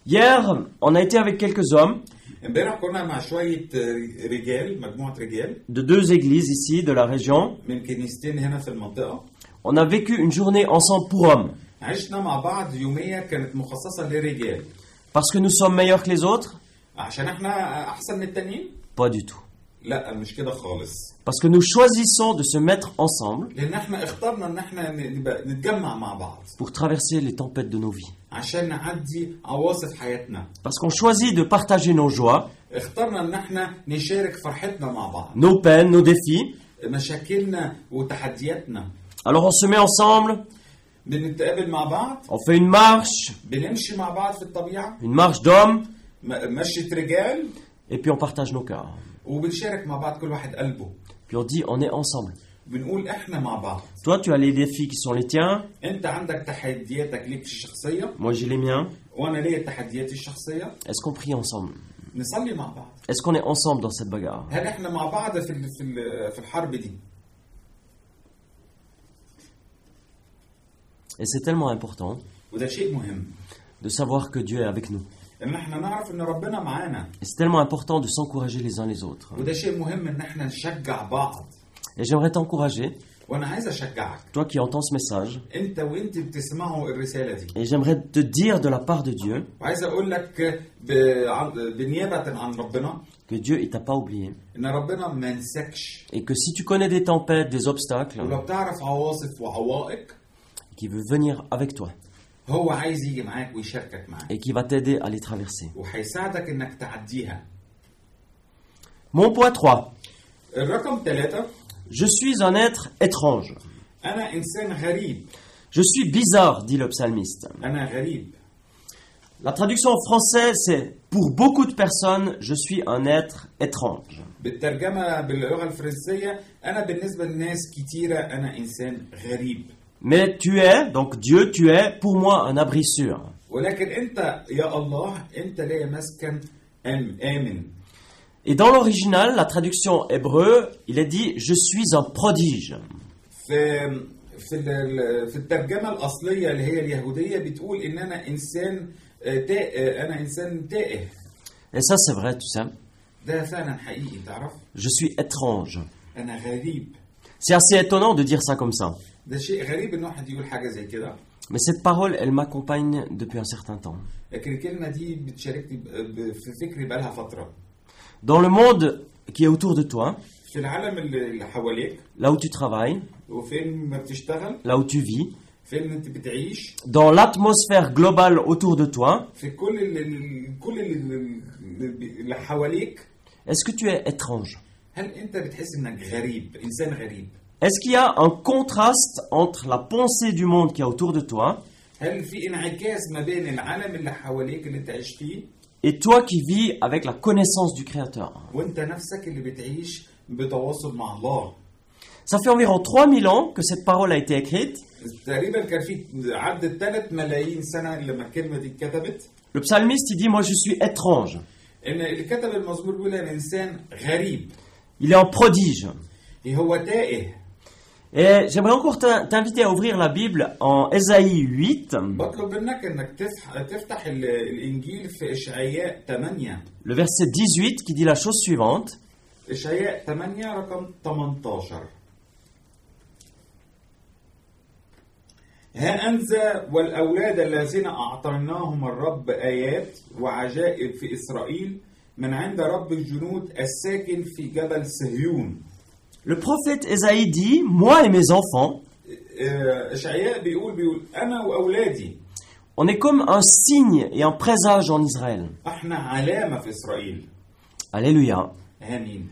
Speaker 1: Hier, on a été avec quelques hommes
Speaker 2: امبارح كنا مع شوية آه، رجال مجموعة رجال
Speaker 1: de deux églises ici, de la région.
Speaker 2: من كنيستين هنا في المنطقة
Speaker 1: On a vécu une journée ensemble pour hommes,
Speaker 2: عشنا مع بعض يومية كانت مخصصة لرجال
Speaker 1: parce que nous sommes meilleurs que les autres
Speaker 2: عشان احنا أحسن من التانيين
Speaker 1: Pas du tout.
Speaker 2: لا مش كده خالص
Speaker 1: Parce que nous choisissons de se mettre ensemble
Speaker 2: لأن احنا اخترنا إن احنا نبقى نتجمع مع بعض
Speaker 1: pour traverser les tempêtes de nos vies.
Speaker 2: عشان نعدي عواصف حياتنا
Speaker 1: Parce qu'on choisit de partager nos joies,
Speaker 2: اخترنا إن احنا نشارك فرحتنا مع بعض
Speaker 1: nos peines, nos défis.
Speaker 2: مشاكلنا وتحدياتنا
Speaker 1: Alors on se met ensemble,
Speaker 2: بنتقابل مع بعض
Speaker 1: on fait une marche,
Speaker 2: بنمشي مع بعض في الطبيعة
Speaker 1: une marche d'hommes,
Speaker 2: م- مشية رجال
Speaker 1: et puis on partage nos cœurs.
Speaker 2: وبنشارك مع بعض كل واحد قلبه
Speaker 1: Puis on dit on est ensemble.
Speaker 2: بنقول احنا مع بعض
Speaker 1: Toi tu as les défis qui sont les tiens,
Speaker 2: انت عندك تحدياتك ليك الشخصية
Speaker 1: moi j'ai les miens.
Speaker 2: وانا ليا تحدياتي الشخصية
Speaker 1: Est-ce qu'on prie ensemble
Speaker 2: نصلي مع بعض
Speaker 1: Est-ce qu'on est ensemble dans cette bagarre
Speaker 2: هل احنا مع بعض في ال- في ال- في الحرب دي
Speaker 1: Et c'est tellement important
Speaker 2: وده شيء مهم
Speaker 1: de savoir que Dieu est avec nous.
Speaker 2: ان احنا نعرف ان ربنا معانا
Speaker 1: Et c'est tellement important de s'encourager les uns les autres.
Speaker 2: وده شيء مهم ان احنا نشجع بعض
Speaker 1: Et j'aimerais t'encourager
Speaker 2: وانا عايز اشجعك
Speaker 1: toi qui entends ce message.
Speaker 2: انت وانت بتسمعوا الرساله دي
Speaker 1: Et j'aimerais te dire de la part de Dieu
Speaker 2: وعايز اقول لك ب... عن- بنيابه عن ربنا
Speaker 1: que Dieu il t'a pas oublié
Speaker 2: ان ربنا ما نساكش
Speaker 1: et que si tu connais des tempêtes, des obstacles,
Speaker 2: ولو بتعرف عواصف وعوائق
Speaker 1: qui veut venir avec toi
Speaker 2: هو عايز يجي معاك ويشاركك معاك
Speaker 1: et qui va t'aider à les traverser.
Speaker 2: وهيساعدك انك تعديها
Speaker 1: Mon point 3.
Speaker 2: الرقم ثلاثة
Speaker 1: Je suis un être étrange.
Speaker 2: انا انسان غريب
Speaker 1: Je suis bizarre, dit le psalmiste.
Speaker 2: انا غريب
Speaker 1: La traduction en français, c'est Pour beaucoup de personnes, je suis un être étrange.
Speaker 2: بالترجمة باللغة الفرنسية أنا بالنسبة لناس كتيرة أنا إنسان غريب
Speaker 1: Mais tu es, donc Dieu, tu es pour moi un abri sûr.
Speaker 2: ولكن أنت يا الله أنت ليا مسكن أم آمن
Speaker 1: Et dans l'original, la traduction hébreu, il est dit Je suis un prodige.
Speaker 2: في في ال- في الترجمة الأصلية اللي هي اليهودية بتقول إن أنا إنسان آه، تائه أنا إنسان تائه
Speaker 1: Et ça, c'est vrai, tu sais.
Speaker 2: ده فعلا حقيقي تعرف
Speaker 1: Je suis étrange.
Speaker 2: أنا غريب
Speaker 1: C'est assez étonnant de dire ça comme ça.
Speaker 2: ده شيء غريب إن واحد يقول حاجة زي كده
Speaker 1: Mais cette parole, elle m'accompagne depuis un certain temps.
Speaker 2: لكن الكلمة دي بتشاركني ب- ب- في فكري بقالها فترة
Speaker 1: Dans le monde qui est autour de toi,
Speaker 2: في العالم اللي اللي حواليك
Speaker 1: là où tu travailles,
Speaker 2: وفين ما بتشتغل
Speaker 1: là où tu vis,
Speaker 2: فين انت بتعيش
Speaker 1: dans l'atmosphère globale autour de toi,
Speaker 2: في كل اللي كل اللي, اللي حواليك
Speaker 1: est-ce que tu es étrange
Speaker 2: هل انت بتحس انك غريب انسان غريب
Speaker 1: Est-ce qu'il y a un contraste entre la pensée du monde qui est autour de toi
Speaker 2: هل في انعكاس ما بين العالم اللي حواليك اللي انت عايش فيه
Speaker 1: et toi qui vis avec la connaissance du Créateur
Speaker 2: وانت نفسك اللي بتعيش بتواصل مع الله
Speaker 1: Ça fait environ 3000 ans que cette parole a été écrite.
Speaker 2: تقريبا كان في عدد 3 ملايين سنه لما الكلمه دي اتكتبت
Speaker 1: Le psalmiste, il dit, moi je suis étrange.
Speaker 2: ان اللي كتب المزمور بيقول انا انسان غريب إيه
Speaker 1: Il est un prodige.
Speaker 2: هو تائه
Speaker 1: Et j'aimerais encore t'in- t'inviter à ouvrir la Bible en Ésaïe 8,
Speaker 2: بطلب منك انك تفتح تفتح ال- الانجيل في اشعياء 8
Speaker 1: le verset 18 qui dit la chose suivante.
Speaker 2: إشعياء 8 رقم 18 ها أنزى والأولاد الذين أعطيناهم الرب آيات وعجائب في إسرائيل من عند رب الجنود الساكن في جبل صهيون
Speaker 1: Le prophète Ésaïe dit, moi et mes enfants,
Speaker 2: آه، إشعياء بيقول بيقول أنا وأولادي
Speaker 1: on est comme un signe et un présage en Israël.
Speaker 2: إحنا علامة في إسرائيل
Speaker 1: Alléluia.
Speaker 2: آمين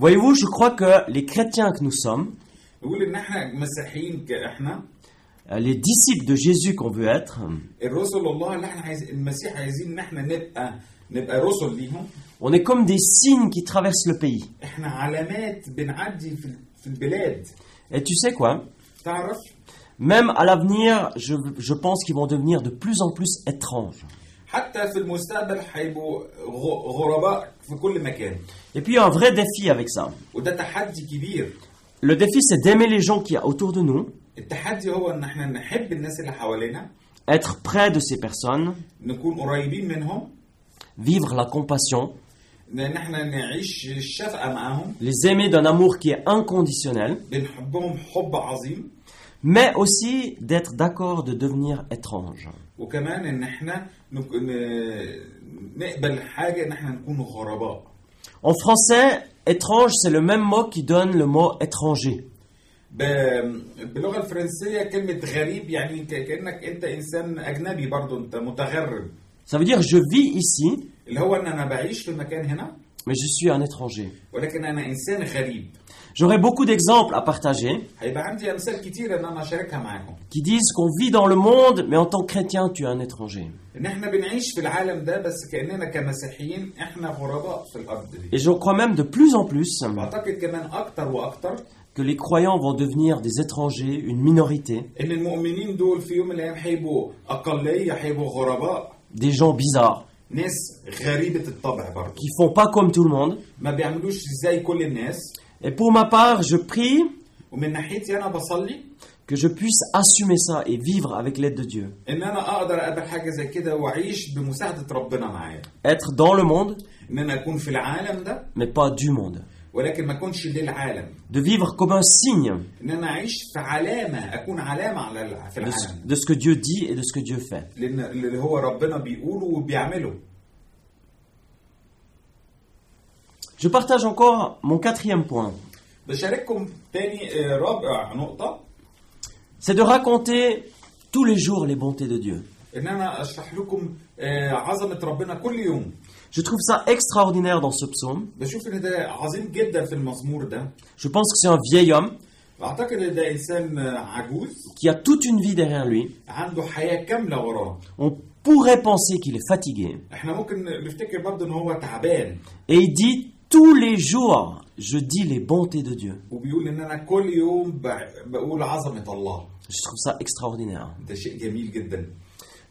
Speaker 1: Voyez-vous, je crois que les chrétiens que nous sommes,
Speaker 2: بيقول إن إحنا مسيحيين كإحنا
Speaker 1: euh, les disciples de Jésus qu'on veut être,
Speaker 2: الرسل الله اللي إحنا عايز المسيح عايزين إن إحنا نبقى نبقى رسل ليهم
Speaker 1: on est comme des signes qui traversent le pays.
Speaker 2: احنا علامات بنعدي في في البلاد
Speaker 1: Et tu sais quoi
Speaker 2: تعرف
Speaker 1: Même à l'avenir, je, je pense qu'ils vont devenir de plus en plus étranges.
Speaker 2: حتى في المستقبل هيبقوا غ- غرباء في كل مكان
Speaker 1: Et puis, il y a un vrai défi avec ça.
Speaker 2: وده تحدي كبير
Speaker 1: Le défi, c'est d'aimer les gens qui y a autour de nous,
Speaker 2: التحدي هو ان احنا نحب الناس اللي حوالينا
Speaker 1: être près de ces personnes,
Speaker 2: نكون قريبين منهم
Speaker 1: vivre la compassion,
Speaker 2: ان احنا نعيش الشفقه معاهم
Speaker 1: les aimer d'un amour qui est inconditionnel,
Speaker 2: بنحبهم حب عظيم
Speaker 1: mais aussi d'être d'accord de devenir étrange.
Speaker 2: وكمان ان احنا نك... ن- نقبل حاجه ان احنا نكون غرباء
Speaker 1: En français, étrange, c'est le même mot qui donne le mot étranger.
Speaker 2: ب... باللغه الفرنسيه كلمه غريب يعني ك... كانك انت انسان اجنبي برضو انت متغرب
Speaker 1: Ça veut dire je vis ici,
Speaker 2: اللي هو ان انا بعيش في مكان هنا
Speaker 1: mais je suis un étranger.
Speaker 2: ولكن انا انسان غريب
Speaker 1: J'aurais beaucoup d'exemples à partager
Speaker 2: هيبقى عندي امثال كتير ان انا اشاركها معاكم
Speaker 1: qui disent qu'on vit dans le monde, mais en tant que chrétien, tu es un étranger.
Speaker 2: ان احنا بنعيش في العالم ده بس كاننا كمسيحيين احنا غرباء في الارض دي
Speaker 1: Et je crois même de plus en plus
Speaker 2: بعتقد كمان اكتر واكتر
Speaker 1: que les croyants vont devenir des étrangers, une minorité,
Speaker 2: ان المؤمنين دول في يوم من الايام هيبقوا اقليه هيبقوا غرباء
Speaker 1: des gens bizarres,
Speaker 2: ناس غريبه الطبع برضه
Speaker 1: qui font pas comme tout le monde.
Speaker 2: ما بيعملوش زي كل الناس
Speaker 1: Et pour ma part, je prie
Speaker 2: ومن ناحيتي انا بصلي
Speaker 1: que je puisse assumer ça et vivre avec l'aide de Dieu.
Speaker 2: ان انا اقدر اقابل حاجه زي كده واعيش بمساعده ربنا معايا
Speaker 1: Être dans le monde,
Speaker 2: ان انا اكون في العالم ده
Speaker 1: mais pas du monde.
Speaker 2: ولكن ما اكونش للعالم
Speaker 1: de vivre comme un signe
Speaker 2: ان انا اعيش في علامه اكون علامه على الع- في
Speaker 1: de ce,
Speaker 2: العالم
Speaker 1: de ce que Dieu dit et de ce que Dieu fait.
Speaker 2: لان اللي هو ربنا بيقوله وبيعمله
Speaker 1: Je partage encore mon quatrième point.
Speaker 2: بشارككم تاني آه، رابع نقطه
Speaker 1: C'est de raconter tous les jours les bontés de Dieu.
Speaker 2: ان انا اشرح لكم آه، عظمه ربنا كل يوم
Speaker 1: Je trouve ça extraordinaire dans ce psaume.
Speaker 2: بشوف ان ده عظيم جدا في المزمور ده
Speaker 1: Je pense que c'est un vieil homme
Speaker 2: اعتقد ان ده انسان آه، عجوز
Speaker 1: qui a toute une vie derrière lui.
Speaker 2: عنده حياه كامله وراه
Speaker 1: On pourrait penser qu'il est fatigué.
Speaker 2: احنا ممكن نفتكر برضه ان هو تعبان
Speaker 1: Et il dit tous les jours, je dis les bontés de Dieu.
Speaker 2: وبيقول ان انا كل يوم ب- بقول عظمه الله
Speaker 1: Je trouve ça extraordinaire.
Speaker 2: ده شيء جميل جدا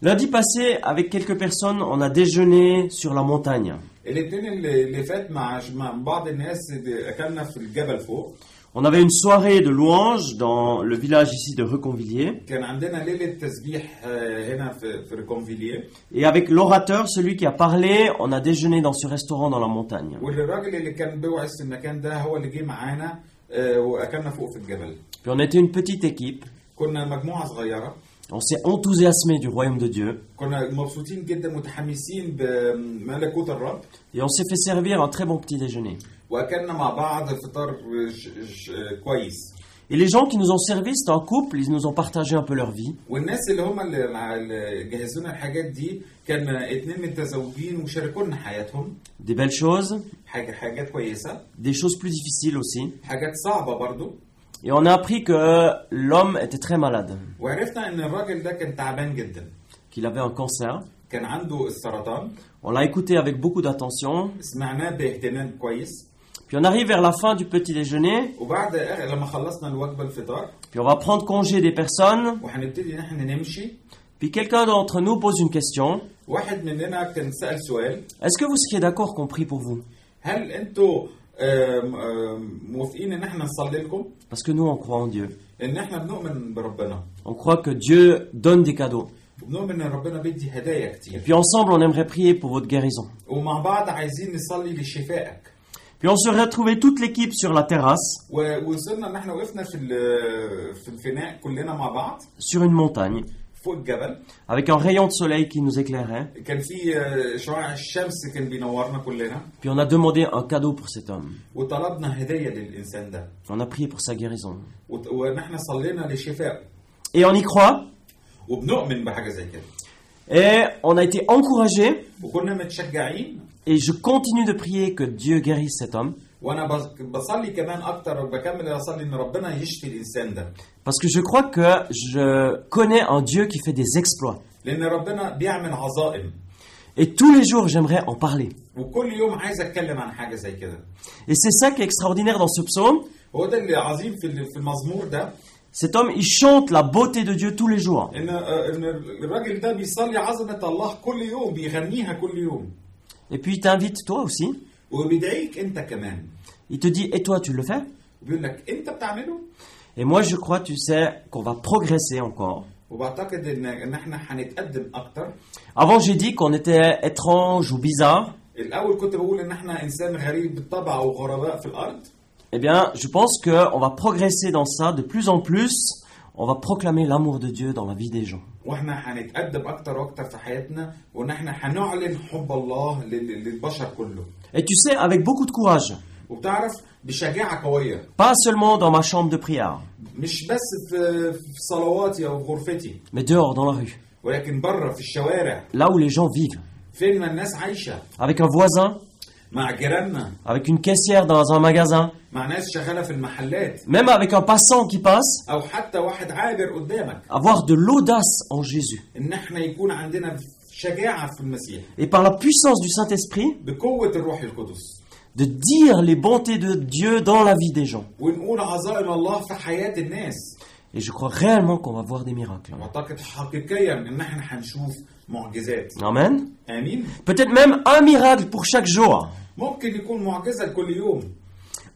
Speaker 1: Lundi passé, avec quelques personnes, on a déjeuné sur la montagne.
Speaker 2: الاثنين اللي اللي فات مع مع بعض الناس دي- اكلنا في الجبل فوق
Speaker 1: On avait une soirée de louanges dans le village ici de Reconvilliers.
Speaker 2: كان عندنا ليله تسبيح آه، هنا في في ريكونفيليه
Speaker 1: Et avec l'orateur, celui qui a parlé, on a déjeuné dans ce restaurant dans la montagne.
Speaker 2: والراجل اللي كان بيوعظ في المكان ده هو اللي جه معانا آه، واكلنا فوق في الجبل
Speaker 1: Puis on était une petite équipe.
Speaker 2: كنا مجموعه صغيره
Speaker 1: On s'est enthousiasmé du royaume de Dieu.
Speaker 2: كنا مبسوطين جدا متحمسين بملكوت الرب
Speaker 1: Et on s'est fait servir un très bon petit déjeuner.
Speaker 2: واكلنا مع بعض فطار ش- ش- كويس
Speaker 1: Et les gens qui nous ont servi, c'était un couple, ils nous ont partagé un peu leur vie.
Speaker 2: والناس اللي هم اللي مع- اللي جهزوا لنا الحاجات دي كان اتنين متزوجين وشاركوا لنا حياتهم
Speaker 1: Des belles choses,
Speaker 2: حاجة حاجات كويسة
Speaker 1: des choses plus difficiles aussi.
Speaker 2: حاجات صعبة برضو
Speaker 1: Et on a appris que l'homme était très malade,
Speaker 2: وعرفنا ان الراجل ده كان تعبان جدا
Speaker 1: qu'il avait un cancer.
Speaker 2: كان عنده السرطان
Speaker 1: On l'a écouté avec beaucoup d'attention.
Speaker 2: سمعناه باهتمام كويس
Speaker 1: Puis on arrive vers la fin du petit déjeuner,
Speaker 2: وبعد آخر- لما خلصنا الوجبة الفطار
Speaker 1: puis on va prendre congé des personnes.
Speaker 2: وهنبتدي ان احنا نمشي
Speaker 1: Puis quelqu'un d'entre nous pose une question.
Speaker 2: واحد مننا كان سأل سؤال
Speaker 1: Est-ce que vous seriez d'accord qu'on prie pour vous
Speaker 2: هل انتوا آم، آم، موافقين ان احنا نصلي لكم
Speaker 1: Parce que nous, on croit en Dieu.
Speaker 2: ان احنا بنؤمن بربنا
Speaker 1: On croit que Dieu donne des cadeaux.
Speaker 2: وبنؤمن ان ربنا بيدي هدايا
Speaker 1: Et
Speaker 2: كتير
Speaker 1: puis ensemble, on aimerait prier pour votre guérison.
Speaker 2: ومع بعض عايزين نصلي لشفائك
Speaker 1: Puis on se retrouvait toute l'équipe sur la terrasse,
Speaker 2: ووصلنا ان احنا وقفنا في ال- في الفناء كلنا مع بعض
Speaker 1: sur une montagne,
Speaker 2: فوق الجبل
Speaker 1: avec un rayon de soleil qui nous éclairait.
Speaker 2: كان في آه، شعاع الشمس كان بينورنا كلنا
Speaker 1: Puis on a demandé un cadeau pour cet homme.
Speaker 2: وطلبنا هديه للانسان ده
Speaker 1: On a prié pour sa guérison.
Speaker 2: وت- وان احنا صلينا لشفائه
Speaker 1: Et on y croit.
Speaker 2: وبنؤمن بحاجه زي كده
Speaker 1: Et on a été encouragés.
Speaker 2: وكنا متشجعين
Speaker 1: Et je continue de prier que Dieu guérisse cet homme.
Speaker 2: وانا بص- بصلي كمان اكتر وبكمل اصلي ان ربنا يشفي الانسان ده
Speaker 1: Parce que je crois que je connais un Dieu qui fait des exploits.
Speaker 2: لان ربنا بيعمل عظائم
Speaker 1: Et tous les jours, j'aimerais en parler.
Speaker 2: وكل يوم عايز اتكلم عن حاجه زي كده
Speaker 1: Et c'est ça qui est extraordinaire dans ce psaume.
Speaker 2: هو ده اللي عظيم في ال- في المزمور ده
Speaker 1: Cet homme, il chante la beauté de Dieu tous les jours.
Speaker 2: ان ان آه، الراجل ده بيصلي عظمه الله كل يوم بيغنيها كل يوم
Speaker 1: Et puis il t'invite, toi aussi.
Speaker 2: وبيدعيك انت كمان
Speaker 1: Il te dit, et toi, tu le fais
Speaker 2: بيقول لك انت بتعمله
Speaker 1: Et moi, je crois, tu sais, qu'on va progresser encore.
Speaker 2: وبعتقد ان ان احنا هنتقدم اكتر
Speaker 1: Avant, j'ai dit qu'on était étrange ou bizarre.
Speaker 2: الاول كنت بقول ان احنا انسان غريب بالطبع وغرباء في الارض
Speaker 1: Eh bien, je pense qu'on va progresser dans ça de plus en plus. On va proclamer l'amour de Dieu dans la vie des gens.
Speaker 2: واحنا هنتقدم اكتر واكتر في حياتنا وان احنا هنعلن حب الله لل- للبشر كله
Speaker 1: Et tu sais, avec beaucoup de courage.
Speaker 2: وبتعرف بشجاعه قويه
Speaker 1: Pas seulement dans ma chambre de prière,
Speaker 2: مش بس في في صلواتي او في غرفتي
Speaker 1: mais dehors, dans la rue.
Speaker 2: ولكن بره في الشوارع
Speaker 1: Là où les gens vivent.
Speaker 2: فين ما الناس عايشه
Speaker 1: Avec un voisin,
Speaker 2: مع جيراننا
Speaker 1: avec une caissière dans un magasin,
Speaker 2: مع ناس شغاله في المحلات
Speaker 1: même avec un passant qui passe.
Speaker 2: او حتى واحد عابر قدامك
Speaker 1: Avoir de l'audace en Jésus.
Speaker 2: ان احنا يكون عندنا شجاعه في المسيح
Speaker 1: Et par la puissance du Saint-Esprit,
Speaker 2: بقوه الروح القدس
Speaker 1: de dire les bontés de Dieu dans la vie des gens.
Speaker 2: ونقول عظائم الله في حياه الناس
Speaker 1: Et je crois réellement qu'on va voir des miracles.
Speaker 2: واعتقد حقيقيا ان احنا هنشوف معجزات
Speaker 1: Amen.
Speaker 2: امين
Speaker 1: Peut-être même un miracle pour chaque jour.
Speaker 2: ممكن يكون معجزه كل يوم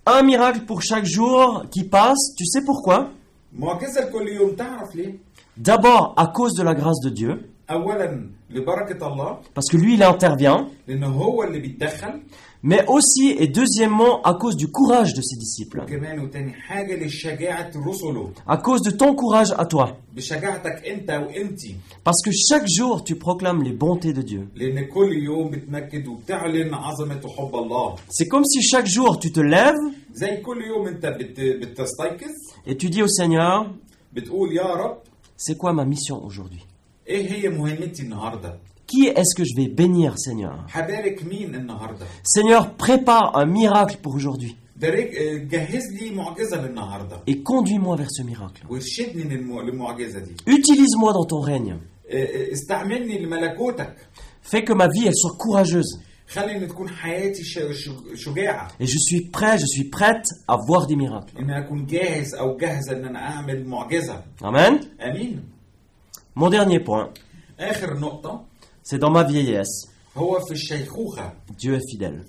Speaker 1: Un miracle pour chaque jour qui passe. Tu sais pourquoi
Speaker 2: معجزه كل يوم تعرف ليه
Speaker 1: D'abord à cause de la grâce de Dieu.
Speaker 2: اولا لبركه الله
Speaker 1: parce que lui, il intervient,
Speaker 2: لانه هو اللي بيتدخل
Speaker 1: mais aussi et deuxièmement à cause du courage de ses disciples,
Speaker 2: كمان وتاني حاجه لشجاعه رسله
Speaker 1: à cause de ton courage à toi.
Speaker 2: بشجاعتك انت وانتي
Speaker 1: Parce que chaque jour, tu proclames les bontés de Dieu.
Speaker 2: لان كل يوم بتنكد وبتعلن عظمه وحب الله
Speaker 1: C'est comme si chaque jour, tu te lèves
Speaker 2: زي كل يوم انت بت... بتستيقظ
Speaker 1: et tu dis au Seigneur,
Speaker 2: بتقول يا رب
Speaker 1: c'est quoi ma mission aujourd'hui
Speaker 2: ايه هي مهمتي النهارده
Speaker 1: Qui est-ce que je vais bénir, Seigneur
Speaker 2: هبارك مين النهارده
Speaker 1: Seigneur, prépare un miracle pour aujourd'hui
Speaker 2: دريك آه، جهز لي معجزه للنهارده
Speaker 1: et conduis-moi vers ce miracle.
Speaker 2: وارشدني للم- للمعجزه دي
Speaker 1: Utilise-moi dans ton règne.
Speaker 2: آه، آه، استعملني لملكوتك
Speaker 1: Fais que ma vie, elle soit courageuse.
Speaker 2: خلي ان تكون حياتي ش- ش- شجاعه
Speaker 1: Et je suis prêt, je suis prête à voir des miracles.
Speaker 2: ان اكون جاهز او جاهزه ان انا اعمل معجزه
Speaker 1: Amen.
Speaker 2: امين
Speaker 1: Mon dernier point,
Speaker 2: اخر نقطه
Speaker 1: c'est dans ma vieillesse,
Speaker 2: هو في الشيخوخه
Speaker 1: Dieu est fidèle.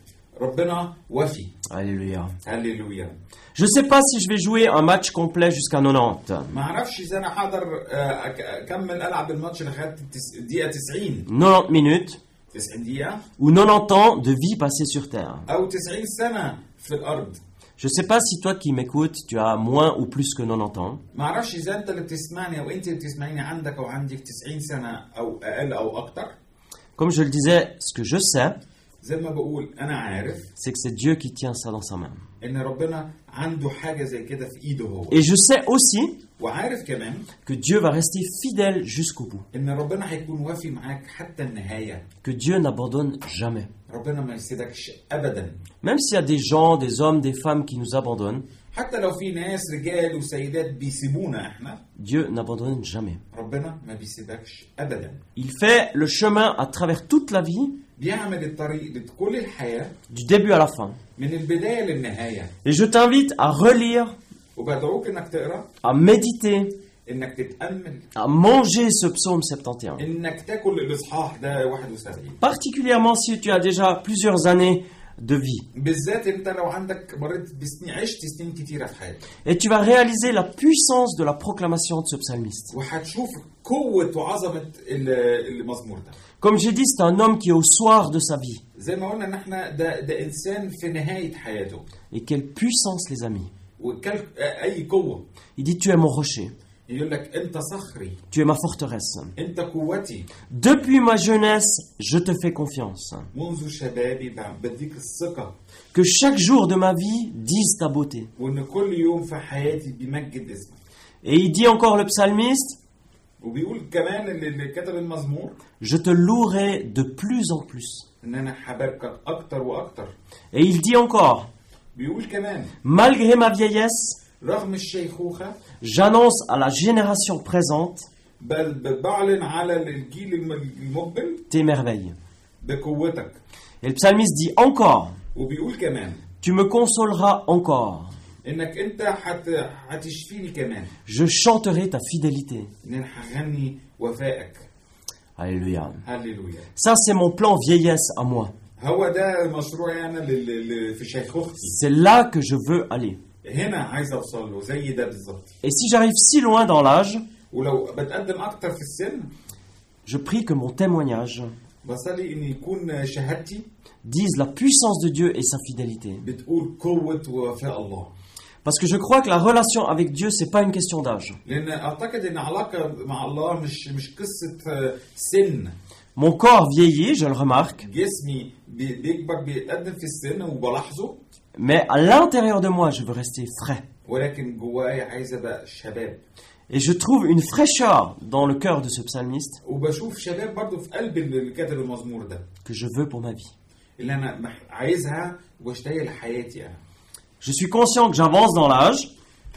Speaker 2: ربنا وفي
Speaker 1: Alléluia.
Speaker 2: هللويا
Speaker 1: Je sais pas si je vais jouer un match complet jusqu'à 90.
Speaker 2: ما اعرفش اذا انا هقدر آه، أك- اكمل العب الماتش لغايه التس- الدقيقه 90
Speaker 1: 90 minutes
Speaker 2: 90 دقيقه
Speaker 1: ou 90 ans de vie passée sur terre.
Speaker 2: او 90 سنه في الارض
Speaker 1: Je sais pas si toi qui m'écoutes, tu as moins ou plus que 90 ans.
Speaker 2: ما اعرفش اذا انت اللي بتسمعني او انت اللي بتسمعيني عندك او عندك 90 سنه او اقل او اكتر
Speaker 1: Comme je le disais, ce que je sais,
Speaker 2: زي ما بقول انا عارف
Speaker 1: c'est que c'est Dieu qui tient ça dans sa main.
Speaker 2: ان ربنا عنده حاجه زي كده في ايده هو
Speaker 1: Et je sais aussi
Speaker 2: وعارف كمان
Speaker 1: que Dieu va rester fidèle jusqu'au bout,
Speaker 2: ان ربنا هيكون وافي معاك حتى النهايه
Speaker 1: que Dieu n'abandonne jamais.
Speaker 2: ربنا ما يسيبكش ابدا
Speaker 1: Même s'il y a des gens, des hommes, des femmes qui nous abandonnent,
Speaker 2: حتى لو في ناس رجال وسيدات بيسيبونا احنا
Speaker 1: Dieu n'abandonne jamais.
Speaker 2: ربنا ما بيسيبكش ابدا
Speaker 1: Il fait le chemin à travers toute la vie,
Speaker 2: بيعمل الطريق لكل الحياه
Speaker 1: du début à la fin.
Speaker 2: من البدايه للنهايه
Speaker 1: Et je t'invite à relire,
Speaker 2: وبدعوك انك تقرا
Speaker 1: à méditer,
Speaker 2: انك تتامل
Speaker 1: à manger ce psaume 71.
Speaker 2: انك تاكل الاصحاح ده 71
Speaker 1: Particulièrement si tu as déjà plusieurs années de vie.
Speaker 2: بالذات انت لو عندك مريت بسنين عشت سنين كتيره في حياتك
Speaker 1: Et tu vas réaliser la puissance de la proclamation de ce psalmiste.
Speaker 2: وهتشوف قوه وعظمه ال- المزمور ده
Speaker 1: Comme j'ai dit, c'est un homme qui est au soir de sa vie.
Speaker 2: زي ما قلنا ان احنا ده ده انسان في نهايه حياته
Speaker 1: Et quelle puissance, les amis.
Speaker 2: وكل اي قوه
Speaker 1: Il dit, tu es mon rocher,
Speaker 2: يقول لك انت صخري
Speaker 1: tu es ma forteresse.
Speaker 2: انت قوتي
Speaker 1: Depuis ma jeunesse, je te fais confiance.
Speaker 2: منذ شبابي ب- بديك الثقه
Speaker 1: Que chaque jour de ma vie dise ta beauté.
Speaker 2: وان كل يوم في حياتي بيمجد اسمك
Speaker 1: Et il dit encore le psalmiste,
Speaker 2: وبيقول كمان اللي- اللي كتب المزمور
Speaker 1: je te louerai de plus en plus.
Speaker 2: ان انا حباركك اكتر واكتر
Speaker 1: Et il dit encore,
Speaker 2: بيقول كمان
Speaker 1: malgré ma vieillesse,
Speaker 2: رغم الشيخوخه
Speaker 1: j'annonce à la génération présente
Speaker 2: بل ب- بعلن على الجيل الم- المقبل
Speaker 1: tes merveilles.
Speaker 2: بقوتك
Speaker 1: Et le psalmiste dit encore,
Speaker 2: وبيقول كمان
Speaker 1: tu me consoleras encore.
Speaker 2: انك انت هت... هتشفيني كمان
Speaker 1: Je chanterai ta fidélité.
Speaker 2: ان انا هغني وفائك
Speaker 1: Alléluia.
Speaker 2: هللويا
Speaker 1: Ça, c'est mon plan vieillesse à moi.
Speaker 2: هو ده مشروعي انا لل... لل... في شيخوختي
Speaker 1: C'est là que je veux aller.
Speaker 2: هنا عايز اوصل له زي ده بالظبط
Speaker 1: Et si j'arrive si loin dans l'âge,
Speaker 2: ولو بتقدم اكتر في السن
Speaker 1: je prie que mon témoignage
Speaker 2: بصلي ان يكون شهادتي
Speaker 1: dise la puissance de Dieu et sa fidélité.
Speaker 2: بتقول قوه ووفاء الله
Speaker 1: Parce que je crois que la relation avec Dieu, c'est pas une question d'âge.
Speaker 2: لان اعتقد ان علاقه مع الله مش مش قصه آه، سن
Speaker 1: Mon corps vieillit, je le remarque,
Speaker 2: جسمي بي- بيكبر بيتقدم في السن وبلاحظه
Speaker 1: mais à l'intérieur de moi, je veux rester frais.
Speaker 2: ولكن جوايا عايز ابقى شباب
Speaker 1: Et je trouve une fraîcheur dans le cœur de ce psalmiste
Speaker 2: وبشوف شباب برضو في قلب اللي كاتب المزمور ده
Speaker 1: que je veux pour ma vie.
Speaker 2: اللي انا مح- عايزها واشتهي لحياتي انا
Speaker 1: Je suis conscient que j'avance dans l'âge,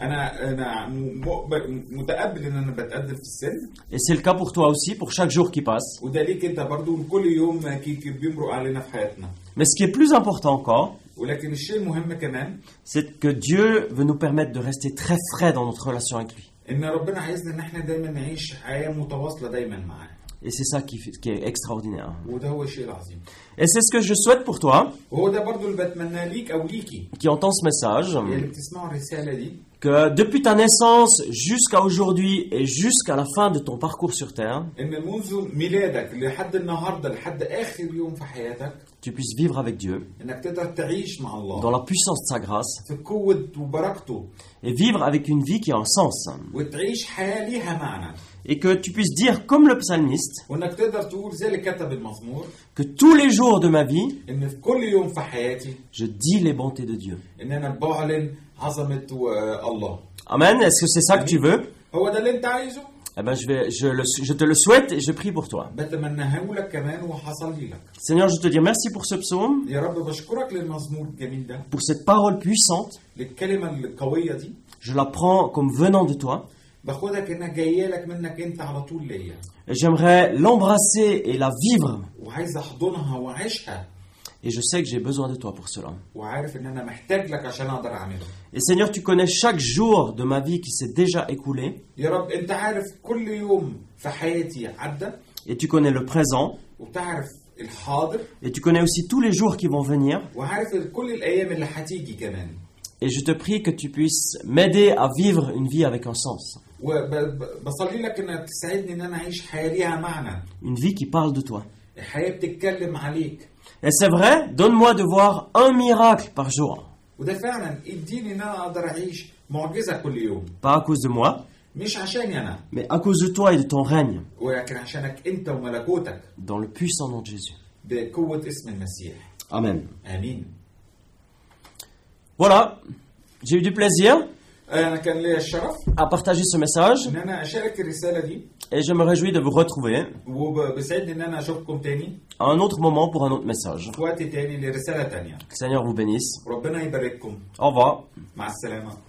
Speaker 2: انا انا م- مقبل- متقبل ان انا بتقدم في السن
Speaker 1: et c'est le cas pour toi aussi, pour chaque jour qui passe.
Speaker 2: وده ليك انت برضو كل يوم كي- كي بيمرق علينا في حياتنا
Speaker 1: Mais ce qui est plus important encore,
Speaker 2: ولكن الشيء المهم كمان
Speaker 1: c'est que Dieu veut nous permettre de rester très frais dans notre relation avec lui.
Speaker 2: ان ربنا عايزنا ان احنا دايما نعيش حياه متواصله دايما معاه
Speaker 1: Et c'est ça qui, fait- qui est extraordinaire.
Speaker 2: وده هو الشيء العظيم
Speaker 1: Et c'est ce que je souhaite pour toi,
Speaker 2: وهو ده برضو اللي بتمناه ليك او ليكي
Speaker 1: qui entends ce message,
Speaker 2: اللي بتسمعوا الرساله دي
Speaker 1: que depuis ta naissance jusqu'à aujourd'hui et jusqu'à la fin de ton parcours sur Terre,
Speaker 2: ان منذ ميلادك لحد النهارده لحد اخر يوم في حياتك
Speaker 1: tu puisses vivre avec Dieu
Speaker 2: انك تقدر تعيش مع
Speaker 1: dans
Speaker 2: الله
Speaker 1: la puissance de sa grâce
Speaker 2: في قوه وبركته
Speaker 1: et vivre avec une vie qui a un sens.
Speaker 2: وتعيش حياه ليها معنى
Speaker 1: Et que tu puisses dire comme le psalmiste
Speaker 2: وانك تقدر تقول زي اللي كتب المزمور
Speaker 1: que tous les jours de ma vie,
Speaker 2: ان في كل يوم في حياتي
Speaker 1: je dis les bontés de Dieu.
Speaker 2: ان انا بعلن عظمه آه، الله
Speaker 1: Amen. Est-ce que c'est ça que tu veux
Speaker 2: هو ده اللي انت عايزه
Speaker 1: Eh ben, je, vais, je, le- je te le souhaite et je prie pour toi.
Speaker 2: بتمناه لك كمان وحصل لي لك
Speaker 1: Seigneur, je te dis merci pour ce psaume,
Speaker 2: يا رب بشكرك للمزمور الجميل ده
Speaker 1: pour cette parole puissante.
Speaker 2: للكلمه القويه دي
Speaker 1: Je la prends comme venant de toi.
Speaker 2: باخدك انها جايه لك منك انت على طول ليا
Speaker 1: Et J'aimerais l'embrasser et la vivre.
Speaker 2: وعايز احضنها واعيشها
Speaker 1: Et je sais que j'ai besoin de toi pour cela.
Speaker 2: وعارف ان انا محتاج لك عشان اقدر اعملها
Speaker 1: Et Seigneur, tu connais chaque jour de ma vie qui s'est déjà écoulé.
Speaker 2: يا رب انت عارف كل يوم في حياتي عدى
Speaker 1: Et tu connais le présent.
Speaker 2: وبتعرف الحاضر
Speaker 1: Et tu connais aussi tous les jours qui vont venir.
Speaker 2: وعارف كل الايام اللي هتيجي كمان
Speaker 1: Et je te prie que tu puisses m'aider à vivre une vie avec un sens.
Speaker 2: وبصلي لك انك تساعدني ان انا اعيش حياه ليها معنى
Speaker 1: Une vie qui parle de toi.
Speaker 2: الحياه بتتكلم عليك
Speaker 1: Et c'est vrai, donne-moi de voir un miracle par jour.
Speaker 2: وده فعلا اديني ان انا اقدر اعيش معجزه كل يوم
Speaker 1: Pas à cause de moi,
Speaker 2: مش عشاني انا
Speaker 1: mais à cause de toi et de ton règne.
Speaker 2: ولكن عشانك انت وملكوتك
Speaker 1: Dans le puissant nom de Jésus.
Speaker 2: بقوه اسم المسيح
Speaker 1: Amen.
Speaker 2: امين
Speaker 1: Voilà, j'ai eu du plaisir
Speaker 2: انا كان ليا الشرف
Speaker 1: à partager ce message
Speaker 2: ان انا اشارك الرساله دي
Speaker 1: et je me réjouis de vous retrouver
Speaker 2: وبسعدني ان انا اشوفكم تاني
Speaker 1: à un autre moment pour un autre message.
Speaker 2: في وقت تاني لرساله تانيه
Speaker 1: Que le Seigneur vous bénisse.
Speaker 2: ربنا يبارككم
Speaker 1: Au revoir.
Speaker 2: مع السلامه